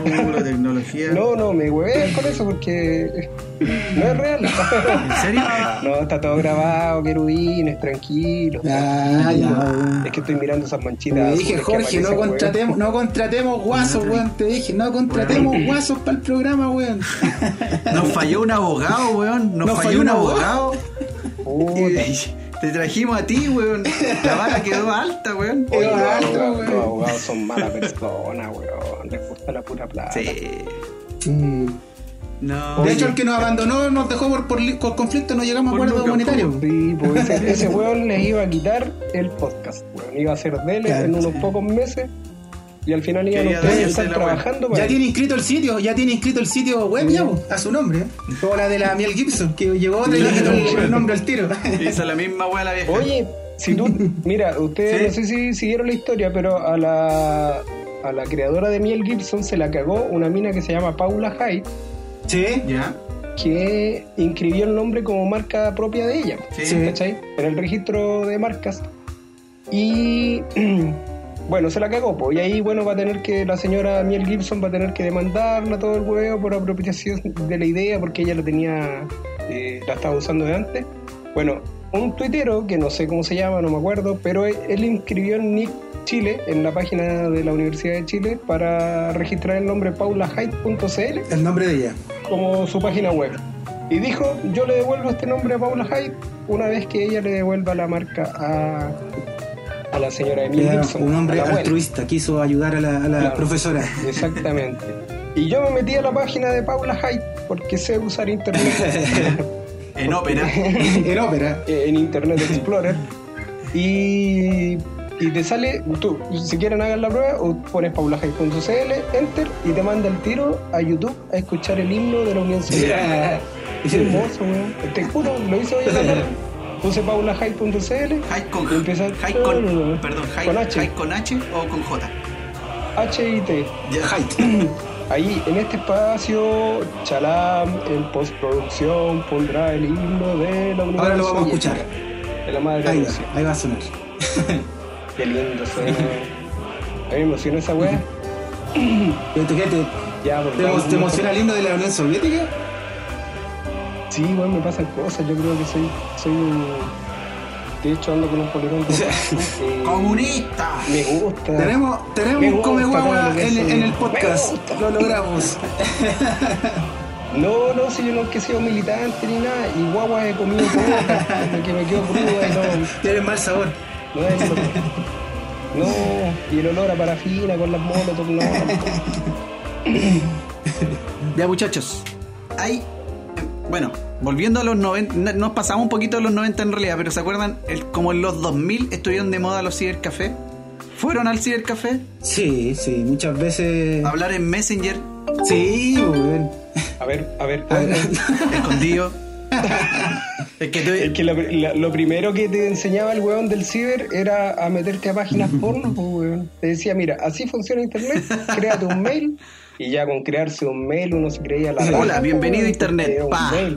Speaker 2: No, la tecnología.
Speaker 3: No, no, me huevean con eso porque no es real.
Speaker 2: ¿En serio?
Speaker 3: No, está todo grabado, querubines, tranquilo.
Speaker 4: Ah, ya.
Speaker 3: Es que estoy mirando esas manchitas.
Speaker 4: Te
Speaker 3: azules
Speaker 4: dije,
Speaker 3: que
Speaker 4: Jorge, no
Speaker 3: aparecen, weón.
Speaker 4: contratemos, no contratemos guasos, weón. Te dije, no contratemos guasos para el programa, weón.
Speaker 2: Nos falló un abogado, weón. Nos, falló, un abogado.
Speaker 3: Puta,
Speaker 2: Y te trajimos a ti, weón. La vara quedó alta, weón.
Speaker 4: Quedó
Speaker 3: los
Speaker 4: alto,
Speaker 3: abogados-
Speaker 4: weón.
Speaker 3: los abogados son malas personas, weón. Les gusta la pura plata.
Speaker 2: Sí.
Speaker 4: Mm.
Speaker 2: No.
Speaker 4: De hecho, el que nos abandonó nos dejó por, por, li- por conflicto, no llegamos a
Speaker 2: Por
Speaker 4: acuerdo
Speaker 2: Lucas,
Speaker 4: monetario.
Speaker 3: Sí, pues ese, ese weón les iba a quitar el podcast, weón. Iba a ser de él
Speaker 4: Claro,
Speaker 3: en unos pocos meses y al final iban
Speaker 2: Quería
Speaker 3: ustedes a
Speaker 2: dársela,
Speaker 3: estar
Speaker 2: weón.
Speaker 3: trabajando para
Speaker 4: Ya tiene inscrito el sitio, ya tiene inscrito el sitio web, ya, po, a su nombre. ¿eh? Como la de la Miel Gibson, que llegó otra y le quitó el, el nombre al tiro.
Speaker 2: Hizo la misma weá la vieja.
Speaker 3: Oye, si tú, mira, ustedes
Speaker 2: Sí.
Speaker 3: no sé si siguieron la historia, pero a la, a la creadora de Miel Gibson se la cagó una mina que se llama Paula Hyde,
Speaker 4: Sí,
Speaker 2: ¿Ya?
Speaker 3: que inscribió el nombre como marca propia de ella,
Speaker 2: Sí.
Speaker 3: ¿cachai? En el registro de marcas. Y bueno, se la cagó, pues, y ahí bueno va a tener que, la señora Miel Gibson va a tener que demandarla todo el huevo por apropiación de la idea, porque ella la tenía, eh, la estaba usando de antes. Bueno, un tuitero, que no sé cómo se llama, no me acuerdo, pero él, él inscribió el Nick Chile en la página de la Universidad de Chile para registrar el nombre paulahyde.cl
Speaker 4: el nombre de ella.
Speaker 3: como su página web. Y dijo, yo le devuelvo este nombre a Paula Hyde una vez que ella le devuelva la marca a, a la señora Emily
Speaker 4: Era
Speaker 3: Gibson.
Speaker 4: un hombre
Speaker 3: a la abuela".
Speaker 4: altruista, quiso ayudar a la, a la
Speaker 3: Claro.
Speaker 4: profesora.
Speaker 3: Exactamente. Y yo me metí a la página de Paula Hyde porque sé usar internet.
Speaker 2: En ópera.
Speaker 4: en ópera.
Speaker 3: eh, en Internet Explorer. Y, y te sale, tú, si quieren hagan la prueba, o pones paulahyde.cl, enter, y te manda el tiro a YouTube a escuchar el himno de la Unión Soviética. Es hermoso, weón. Te juro, lo hice hoy en la tarde. Puse paulahyde.cl,
Speaker 2: High con
Speaker 3: Y empieza-
Speaker 2: High con. Perdón, high
Speaker 3: Con H.
Speaker 2: high con H o con J.
Speaker 3: HIT.
Speaker 2: Ya.
Speaker 3: Ahí, en este espacio, Chalam, en postproducción, pondrá el himno de la Unión
Speaker 4: Ahora lo vamos a
Speaker 3: Soviética.
Speaker 4: escuchar.
Speaker 3: De la madre
Speaker 4: Ahí va,
Speaker 3: Rusia.
Speaker 4: ahí va a sonar.
Speaker 3: Qué lindo suena. A mí me emociona esa weá.
Speaker 4: Pero ¿Te, te,
Speaker 3: Ya, porque
Speaker 4: te,
Speaker 3: vamos
Speaker 4: te
Speaker 3: mucho.
Speaker 4: emociona el himno de la Unión Soviética?
Speaker 3: Sí, weón, me pasan cosas. Yo creo que soy. soy un... De hecho, ando con un polerón. Eh,
Speaker 2: ¡Comunista!
Speaker 3: Me gusta.
Speaker 4: Tenemos, tenemos
Speaker 3: Me
Speaker 4: un
Speaker 3: gusta
Speaker 4: come guagua
Speaker 3: cuando
Speaker 4: en,
Speaker 3: dicen,
Speaker 4: en el
Speaker 3: "Me
Speaker 4: podcast.
Speaker 3: gusta".
Speaker 4: Lo logramos.
Speaker 3: No, no, si yo nunca he sido militante ni nada. Y guagua he comido pocas, porque me quedo cruda y no.
Speaker 4: Tiene mal sabor.
Speaker 3: No es lo- No, y el olor a parafina con las molotov, no.
Speaker 2: Ya muchachos, hay... Bueno, volviendo a los 90, nos pasamos un poquito de los 90 en realidad, pero ¿se acuerdan? El- como en los 2000 estuvieron de moda los cibercafés. ¿Fueron al cibercafé?
Speaker 4: Sí, sí, muchas veces.
Speaker 2: A hablar en Messenger,
Speaker 4: Sí, weón.
Speaker 3: A ver, a ver,
Speaker 4: A ver,
Speaker 2: escondido. Es que tú-
Speaker 3: Es que lo, la- lo primero que te enseñaba el weón del ciber era a meterte a páginas porno, pues, weón. Te decía, mira, así funciona internet, créate un mail. Y ya con crearse un mail uno se creía la...
Speaker 2: Hola,
Speaker 3: raja,
Speaker 2: bienvenido
Speaker 3: weón,
Speaker 2: a internet,
Speaker 3: porque era
Speaker 2: pa.
Speaker 3: Un mail.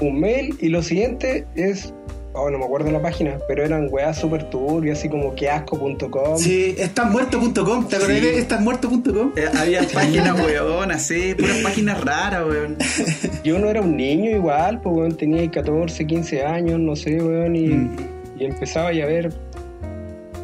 Speaker 3: un mail y lo siguiente es... Oh, no me acuerdo la página, pero eran weas súper turbias, así como queasco.com.
Speaker 4: Sí, estasmuerto.com, ¿te acordás
Speaker 2: Sí.
Speaker 4: de estasmuerto.com?
Speaker 2: eh, había páginas, weón, así, puras páginas raras, weón.
Speaker 3: Y uno era un niño igual, pues weón, tenía 14, 15 años, no sé, weón, y,
Speaker 4: Mm.
Speaker 3: y empezaba ya a ver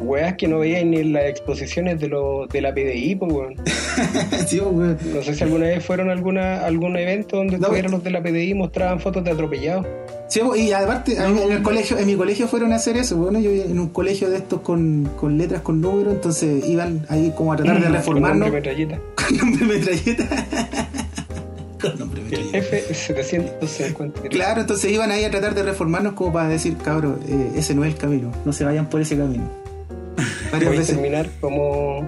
Speaker 3: weas que no veía ni en las exposiciones de, lo, de la PDI, pues weón.
Speaker 4: Sí, weón.
Speaker 3: No sé si alguna vez fueron a alguna, a algún evento donde
Speaker 4: No,
Speaker 3: estuvieron los
Speaker 4: weón.
Speaker 3: de la PDI y mostraban fotos de atropellados.
Speaker 4: Sí, po, y aparte, a mí en, el colegio, en mi colegio fueron a hacer eso. Bueno, yo en un colegio de estos con, con letras, con números, entonces iban ahí como a tratar de
Speaker 3: Con
Speaker 4: reformarnos
Speaker 3: nombre metralleta.
Speaker 4: con nombre metralleta. con nombre metralleta.
Speaker 3: F753.
Speaker 4: Claro, entonces iban ahí a tratar de reformarnos como para decir, cabro, eh, ese no es el camino, no se vayan por ese camino. Varias
Speaker 3: Podéis
Speaker 4: veces.
Speaker 3: terminar como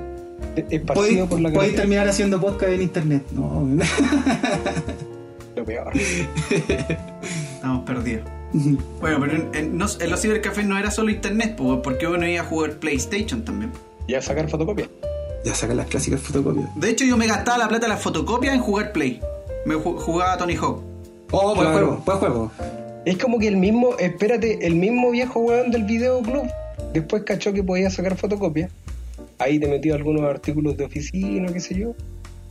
Speaker 3: esparcido
Speaker 4: Podéis
Speaker 3: por la
Speaker 4: podéis
Speaker 3: calle.
Speaker 4: terminar haciendo podcast en internet. No,
Speaker 3: Lo peor.
Speaker 2: Estamos perdidos. Bueno, pero en, en- no- en los cibercafés no era solo internet, po, porque uno iba a jugar PlayStation también.
Speaker 3: Ya sacar fotocopias.
Speaker 4: ya sacan las clásicas fotocopias.
Speaker 2: De hecho, yo me gastaba la plata de las fotocopias en jugar Play. Me ju- jugaba a Tony Hawk.
Speaker 4: Oh, buen
Speaker 3: Claro.
Speaker 4: juego, buen juego.
Speaker 3: Es como que el mismo, espérate, el mismo viejo weón del videoclub después cachó que podía sacar fotocopias. Ahí te metió algunos artículos de oficina, qué sé yo,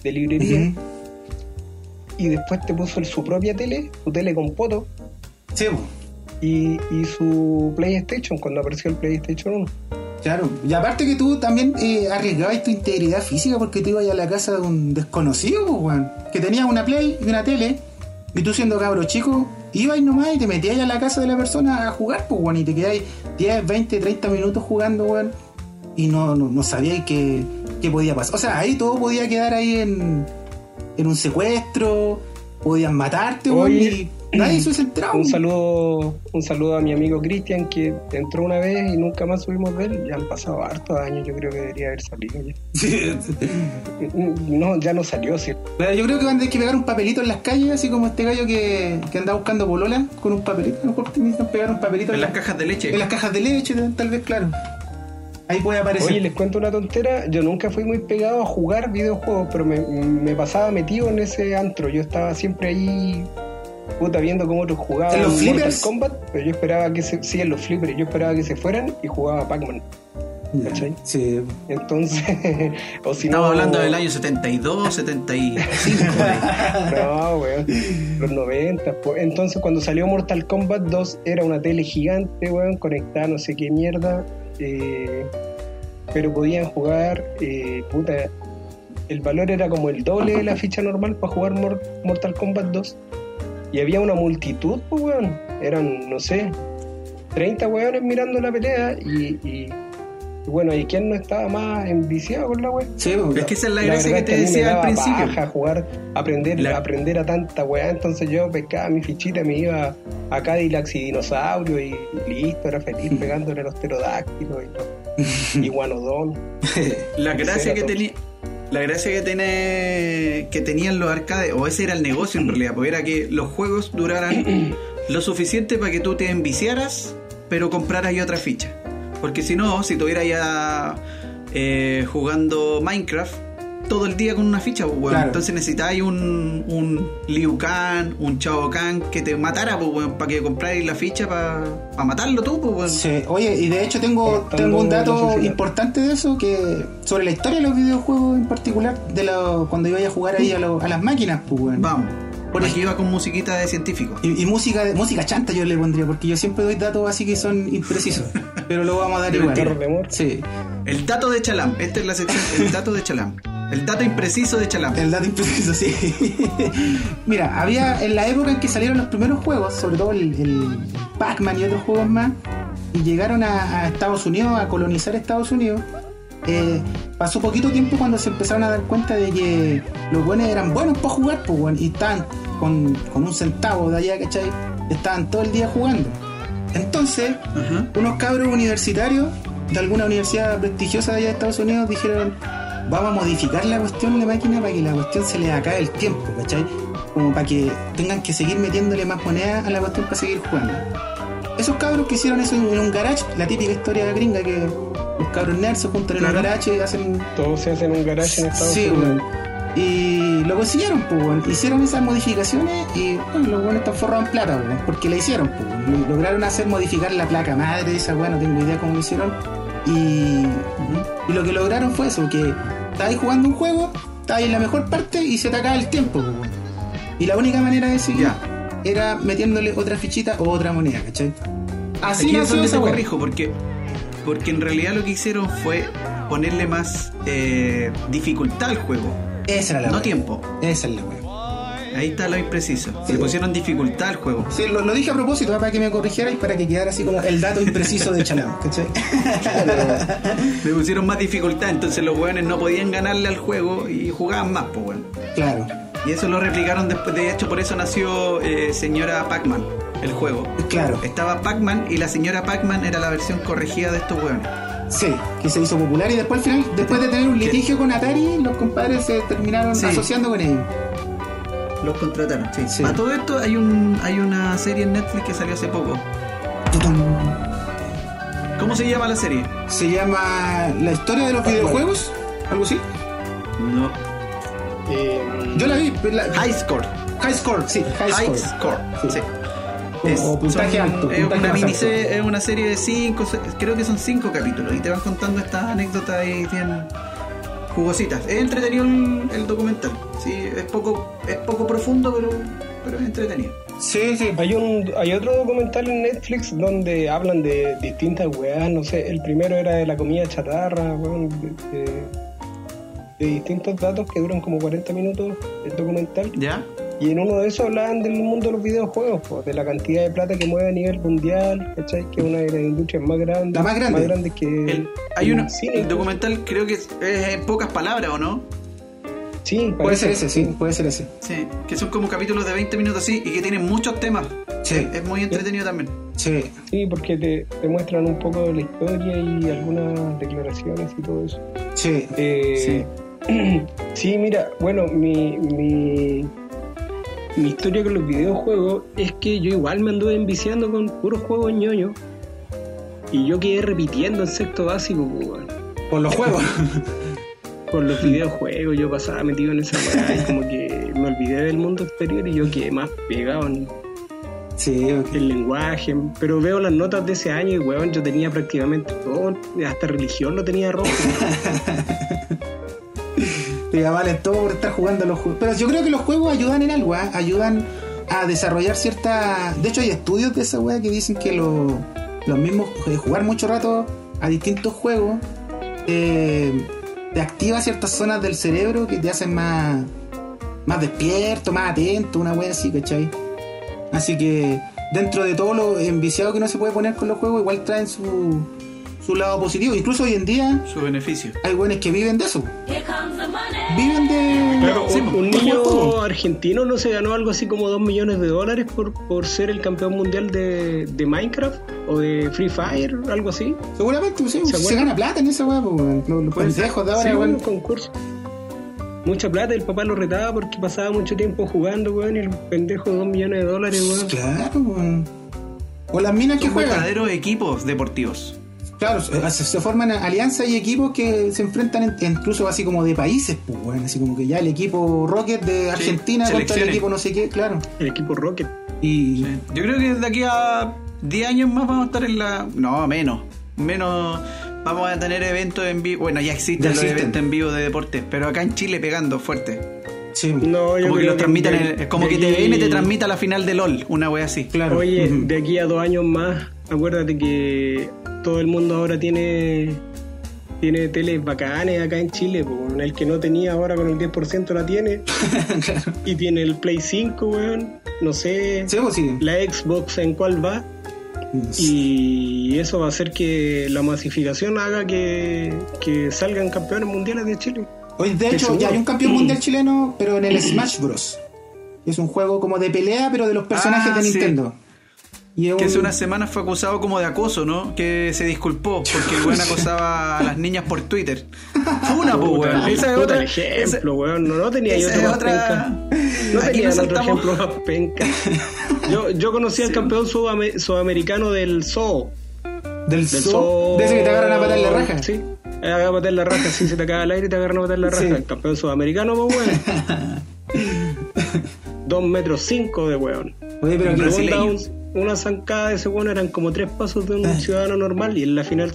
Speaker 3: de librería.
Speaker 4: Ujú.
Speaker 3: Y después te puso el- su propia tele, su tele con poto,
Speaker 4: Sí, po.
Speaker 3: y, y su PlayStation, cuando apareció el PlayStation 1.
Speaker 4: Claro, y aparte que tú también eh, arriesgabas tu integridad física porque tú ibas a la casa de un desconocido, pues, weón. Que tenía una play y una tele, y tú siendo cabro chico, ibas nomás y te metías a la casa de la persona a jugar, pues, weón, y te quedabas 10, 20, 30 minutos jugando, weón, y no, no, no sabías qué, qué podía pasar. O sea, ahí todo podía quedar ahí en, en un secuestro, podían matarte, weón,
Speaker 3: Oye,
Speaker 4: y nadie se hubiese enterado.
Speaker 3: Un saludo, un saludo a mi amigo Cristian que entró una vez y nunca más subimos de él. Ya han pasado hartos años, yo creo que debería haber salido ya. No, ya no salió, sí.
Speaker 4: Pero yo creo que van a tener que pegar un papelito en las calles, así como este gallo que, que anda buscando bolola con un papelito. A lo mejor te necesitan pegar un papelito
Speaker 2: En las
Speaker 4: la-
Speaker 2: cajas de leche.
Speaker 4: en las cajas de leche, tal- tal vez, claro. Ahí puede aparecer.
Speaker 3: Oye, les cuento una tontera. Yo nunca fui muy pegado a jugar videojuegos, pero me, me pasaba metido en ese antro. Yo estaba siempre ahí, puta, viendo cómo otros jugaban.
Speaker 4: ¿En los
Speaker 3: Mortal
Speaker 4: flippers?
Speaker 3: Kombat, pero yo esperaba que se. Sí, en los flippers. Yo esperaba que se fueran y jugaba Pac-Man.
Speaker 4: Ya,
Speaker 3: ¿cachai?
Speaker 4: Sí.
Speaker 3: Entonces. o si
Speaker 2: Estamos
Speaker 3: no,
Speaker 2: hablando del año 72, 75.
Speaker 3: No, weón. Los 90. Pues. Entonces, cuando salió Mortal Kombat 2, era una tele gigante, weón, conectada, no sé qué mierda. eh, pero podían jugar, eh, puta. El valor era como el doble de la ficha normal para jugar Mor- Mortal Kombat 2. Y había una multitud, pues, weón. Eran, no sé, 30 weones mirando la pelea. Y, y- y bueno, ¿y quién no estaba más enviciado con la weón?
Speaker 4: Sí, pues,
Speaker 2: es que esa es la
Speaker 3: La
Speaker 2: gracia
Speaker 3: verdad
Speaker 2: que te
Speaker 3: es a mí me
Speaker 2: decía al
Speaker 3: daba
Speaker 2: principio.
Speaker 3: paja jugar, aprender,
Speaker 2: La-
Speaker 3: aprender a tanta weá. Entonces yo pescaba mi fichita, me iba a Cadillacs y dinosaurios y listo, era feliz pegándole a los pterodáctilos y todo. Y guanodón.
Speaker 2: La gracia
Speaker 3: Era
Speaker 2: que
Speaker 3: todo.
Speaker 2: tenía. La gracia que tiene que tenían los arcades, o ese era el negocio en realidad, porque era que los juegos duraran lo suficiente para que tú te enviciaras, pero compraras ahí otra ficha. Porque si no, si estuvieras ya eh, jugando Minecraft todo el día con una ficha, pues, weón.
Speaker 4: Claro.
Speaker 2: entonces necesitáis un, un Liu Kang, un Chao Kahn que te matara, pues, weón, para que comprarais la ficha para matarlo tú, pues, weón.
Speaker 4: Sí. Oye, y de hecho tengo,
Speaker 3: Comentando
Speaker 4: tengo un
Speaker 3: la
Speaker 4: dato
Speaker 3: sociedad.
Speaker 4: importante de eso, que sobre la historia de los videojuegos en particular, de lo- cuando iba a jugar ahí a, lo- a las máquinas, pues, weón.
Speaker 2: Vamos.
Speaker 4: Por
Speaker 2: Por aquí iba con musiquita de científico.
Speaker 4: Y, y música música chanta yo le pondría, porque yo siempre doy datos así que son imprecisos. pero lo vamos a dar
Speaker 2: De
Speaker 4: igual.
Speaker 3: Carros de amor.
Speaker 4: Sí,
Speaker 2: El dato de Chalam. Esta es la sección. El dato de Chalam. El dato impreciso de Chalam.
Speaker 4: el dato impreciso, sí. Mira, había en la época en que salieron los primeros juegos, sobre todo el, el Pac-Man y otros juegos más, y llegaron a, a Estados Unidos, a colonizar Estados Unidos, eh, pasó poquito tiempo cuando se empezaron a dar cuenta de que los buenos eran buenos para jugar, pues, weón, y estaban con, con un centavo de allá, ¿cachai? Estaban todo el día jugando. Entonces,
Speaker 2: Ajá.
Speaker 4: unos cabros universitarios de alguna universidad prestigiosa de allá de Estados Unidos dijeron vamos a modificar la cuestión de máquina para que la cuestión se le acabe el tiempo, ¿cachai? como para que tengan que seguir metiéndole más monedas a la cuestión para seguir jugando. Esos cabros que hicieron eso en en un garage, la típica historia gringa que los cabros nerds se juntan en un
Speaker 3: Claro.
Speaker 4: garage y hacen
Speaker 3: Todo se hace en un garage en Estados
Speaker 4: Sí,
Speaker 3: Unidos.
Speaker 4: weón. Y lo consiguieron, pues, weón. Hicieron esas modificaciones y bueno, los buenos están forrados en plata, weón. Porque la hicieron, pues, weón. Lo- Lograron hacer modificar la placa madre, de esa weón, no tengo idea cómo lo hicieron. Y, y lo que lograron fue eso, que estabais jugando un juego, estabais en la mejor parte y se te acaba el tiempo, pues, weón. Y la única manera de seguir era metiéndole otra fichita o otra moneda, ¿cachai? Así
Speaker 2: Aquí es
Speaker 4: nació
Speaker 2: donde
Speaker 4: esa
Speaker 2: te
Speaker 4: weá.
Speaker 2: corrijo, porque, porque en realidad lo que hicieron fue ponerle más eh, dificultad al juego,
Speaker 4: Esa era la
Speaker 2: no
Speaker 4: weá.
Speaker 2: tiempo.
Speaker 4: Esa es la weá.
Speaker 2: Ahí está lo impreciso.
Speaker 4: Sí.
Speaker 2: Le pusieron dificultad al juego.
Speaker 4: Sí, lo, lo dije a propósito, ah, para que me corrigierais, para que quedara así como el dato impreciso de Chalán, ¿cachai?
Speaker 2: Le pusieron más dificultad, entonces los weones no podían ganarle al juego y jugaban más, pues weón.
Speaker 4: Claro.
Speaker 2: Y eso lo replicaron después, de hecho por eso nació eh, señora Pac-Man, el juego.
Speaker 4: Claro, Eh,
Speaker 2: Estaba Pac-Man y la señora Pac-Man era la versión corregida de estos weones.
Speaker 4: sí, que se hizo popular y después al final, después de tener un litigio con Atari, los compadres se terminaron
Speaker 2: Sí.
Speaker 4: asociando con ellos.
Speaker 2: Los contrataron, sí.
Speaker 4: Sí.
Speaker 2: A todo esto hay un hay una serie en Netflix que salió hace poco.
Speaker 4: Tutum.
Speaker 2: ¿Cómo se llama la serie?
Speaker 4: Se llama La historia de los videojuegos, algo así.
Speaker 2: No.
Speaker 3: Eh,
Speaker 4: Yo la vi, la-
Speaker 2: High Score.
Speaker 4: High Score, sí, High,
Speaker 2: High
Speaker 4: Score.
Speaker 2: Score.
Speaker 4: Sí.
Speaker 2: Sí.
Speaker 4: O- o puntaje alto,
Speaker 2: Es
Speaker 4: puntaje
Speaker 2: una,
Speaker 4: más alto.
Speaker 2: miniserie- es una serie de cinco, se- creo que son cinco capítulos y te van contando estas anécdotas y tienen jugositas. Es entretenido el, el documental. Sí, es poco es poco profundo, pero pero es entretenido.
Speaker 4: Sí, sí.
Speaker 3: Hay, un, hay otro documental en Netflix donde hablan de distintas weas, no sé, el primero era de la comida chatarra, weón, de, de- de distintos datos que duran como 40 minutos el documental.
Speaker 2: ¿Ya?
Speaker 3: Y en uno de esos hablaban del mundo de los videojuegos, po, de la cantidad de plata que mueve a nivel mundial, ¿cachai? Que es una de las industrias más grandes.
Speaker 4: La más grande.
Speaker 3: que
Speaker 2: El- hay uno,
Speaker 3: cine.
Speaker 2: el documental creo que es, es en pocas palabras, ¿o no?
Speaker 3: Sí,
Speaker 4: Puede
Speaker 3: parece
Speaker 4: ser
Speaker 3: que
Speaker 4: ese, sí, puede ser ese.
Speaker 2: Sí, que son como capítulos de 20 minutos así y que tienen muchos temas.
Speaker 4: Sí,
Speaker 2: Es muy entretenido también.
Speaker 4: sí.
Speaker 3: Sí, porque te, te muestran un poco de la historia y algunas declaraciones y todo eso.
Speaker 4: Sí,
Speaker 3: Eh, sí. mira, bueno, mi, mi, mi historia con los videojuegos es que yo igual me anduve enviciando con puros juegos ñoños y yo quedé repitiendo en sexto básico, pues, weón.
Speaker 4: por los juegos.
Speaker 3: Con los videojuegos yo pasaba metido en esa weá y como que me olvidé del mundo exterior y yo quedé más pegado en
Speaker 4: sí, ok.
Speaker 3: el lenguaje. Pero veo las notas de ese año y weón, yo tenía prácticamente todo, hasta religión lo tenía rojo.
Speaker 4: Te vale todo por estar jugando a los juegos. Pero yo creo que los juegos ayudan en algo, ¿ah? ayudan a desarrollar cierta. De hecho, hay estudios de esa weá que dicen que lo- los mismos. eh, Jugar mucho rato a distintos juegos eh, te activa ciertas zonas del cerebro que te hacen más. Más despierto, más atento, una wea así, ¿cachai? Así que dentro de todo lo enviciado que no se puede poner con los juegos, igual traen su, su lado positivo. Incluso hoy en día
Speaker 2: Su beneficio.
Speaker 4: hay weones que viven de eso. Viven de...
Speaker 3: Pero
Speaker 2: Sí,
Speaker 3: un,
Speaker 2: po.
Speaker 3: pues, un
Speaker 4: Por
Speaker 3: niño
Speaker 4: juego.
Speaker 3: argentino no se ganó algo así como 2 millones de dólares por, por ser el campeón mundial de, de Minecraft o de Free Fire, algo así.
Speaker 4: Seguramente, sí,
Speaker 3: ¿Se
Speaker 4: se,
Speaker 3: acuerdan?
Speaker 4: gana plata en esa weá, pues, weón. Los, los pendejos de ahora,
Speaker 3: Sí, pues.
Speaker 4: weón.
Speaker 3: un concurso. Mucha plata, el papá lo retaba porque pasaba mucho tiempo jugando, weón, y el pendejo 2 millones de dólares, weón.
Speaker 4: Pues, Claro, weón. O las minas que
Speaker 2: Son
Speaker 4: juegan.
Speaker 2: verdaderos equipos deportivos.
Speaker 4: Claro, se, se forman alianzas y equipos que se enfrentan en- incluso así como de países, pues, weón. Así como que ya el equipo Rocket de Argentina contra el
Speaker 2: selecciones.
Speaker 4: equipo no sé qué, claro.
Speaker 3: El equipo Rocket.
Speaker 4: Y.
Speaker 2: Yo creo que de aquí a 10 años más vamos a estar en la. No, menos. Menos. Vamos a tener eventos en vivo. Bueno, ya existen
Speaker 4: Ya
Speaker 2: los
Speaker 4: existen.
Speaker 2: eventos en vivo de deportes, pero acá en Chile pegando fuerte.
Speaker 4: Sí, pues.
Speaker 3: No, yo
Speaker 2: Como que
Speaker 3: creo
Speaker 2: los transmitan.
Speaker 3: de-
Speaker 2: en el- como
Speaker 3: de
Speaker 2: que
Speaker 3: aquí-
Speaker 2: TVN te transmita la final de LOL, una wea así.
Speaker 4: claro.
Speaker 3: Oye,
Speaker 4: Ujú.
Speaker 3: de aquí a dos años más, acuérdate que todo el mundo ahora tiene tiene teles bacanes acá en Chile, po, weón. el que no tenía ahora con el 10% la tiene
Speaker 4: claro.
Speaker 3: y tiene el Play 5, weón, no sé,
Speaker 4: Sí, pues, sí.
Speaker 3: la Xbox en cuál va y eso va a hacer que la masificación haga que, que salgan campeones mundiales de Chile.
Speaker 4: Oye, de
Speaker 3: Qué
Speaker 4: hecho,
Speaker 3: seguro.
Speaker 4: ya hay un campeón mundial chileno, pero en el Smash Bros. Es un juego como de pelea, pero de los personajes
Speaker 2: Ah,
Speaker 4: de
Speaker 2: sí.
Speaker 4: Nintendo. Y es
Speaker 2: Que hace
Speaker 4: un-
Speaker 2: unas semanas fue acusado como de acoso, ¿no? Que se disculpó porque el weón acosaba a las niñas por Twitter. Una, pues,
Speaker 3: Puta,
Speaker 2: weón. Esa es
Speaker 3: puta
Speaker 2: otra.
Speaker 3: el ejemplo,
Speaker 2: esa-
Speaker 3: weón. No, no tenía yo
Speaker 2: esa es
Speaker 3: otro más
Speaker 2: otra.
Speaker 3: penca. No
Speaker 2: Aquí
Speaker 3: tenía
Speaker 2: nos
Speaker 3: otro
Speaker 2: saltamos-
Speaker 3: ejemplo más penca. Yo, yo conocí al campeón sudame- sudamericano del zoo.
Speaker 4: Del
Speaker 3: Del
Speaker 4: zoo.
Speaker 3: zoo.
Speaker 4: De ese que te agarran a patar la raja.
Speaker 3: Sí. Te agarran a patar la raja. Sí, se te acaba el aire y te agarran a patar la raja.
Speaker 4: Sí.
Speaker 3: El campeón sudamericano, pues, weón. Dos metros cinco de weón.
Speaker 4: Oye, pero
Speaker 3: Pero
Speaker 4: que
Speaker 3: que
Speaker 2: Brasileño.
Speaker 3: onda un- una zancada de ese weón eran como tres pasos de un ciudadano normal y en la final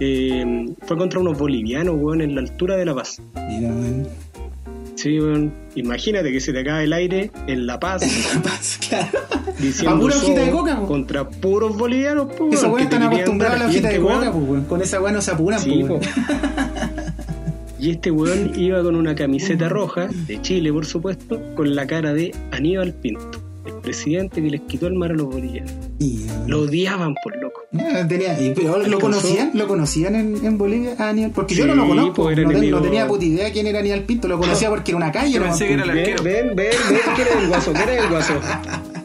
Speaker 3: eh, fue contra unos bolivianos, weón, en la altura de La Paz.
Speaker 4: Mira, weón.
Speaker 3: Sí, weón. Imagínate que se te acaba el aire en La Paz
Speaker 4: claro.
Speaker 3: diciendo
Speaker 4: A pura hojita
Speaker 3: "Somos
Speaker 4: de coca, po".
Speaker 3: contra puros bolivianos, pues, weón,
Speaker 4: Esos
Speaker 3: que
Speaker 4: weones
Speaker 3: te
Speaker 4: están
Speaker 3: querían
Speaker 4: acostumbrados a
Speaker 3: dar.
Speaker 4: la
Speaker 3: Y
Speaker 4: hojita
Speaker 3: este
Speaker 4: de
Speaker 3: weón-
Speaker 4: coca, pues, weón. Con esa weón no se apuran,
Speaker 3: Sí,
Speaker 4: pues, weón.
Speaker 3: po. Y este weón iba con una camiseta roja, de Chile por supuesto, con la cara de Aníbal Pinto, el presidente que les quitó el mar a los bolivianos.
Speaker 4: Mira, weón.
Speaker 3: Lo odiaban por loco.
Speaker 4: No, tenía, y- pero ¿Lo
Speaker 3: ¿Alcanzó?
Speaker 4: conocían? ¿Lo conocían en, en Bolivia a Aníbal? Porque yo
Speaker 3: Sí,
Speaker 4: no lo conozco.
Speaker 3: pues, era
Speaker 4: no, ten-
Speaker 3: enemigo.
Speaker 4: no tenía puta idea quién era Aníbal Pinto. Lo conocía porque era una calle.
Speaker 2: Yo
Speaker 4: nomás,
Speaker 2: pensé que era
Speaker 4: pues.
Speaker 2: el arquero.
Speaker 3: Ven, ven, ven, ¿quién es el guaso? ¿Quién es el guaso?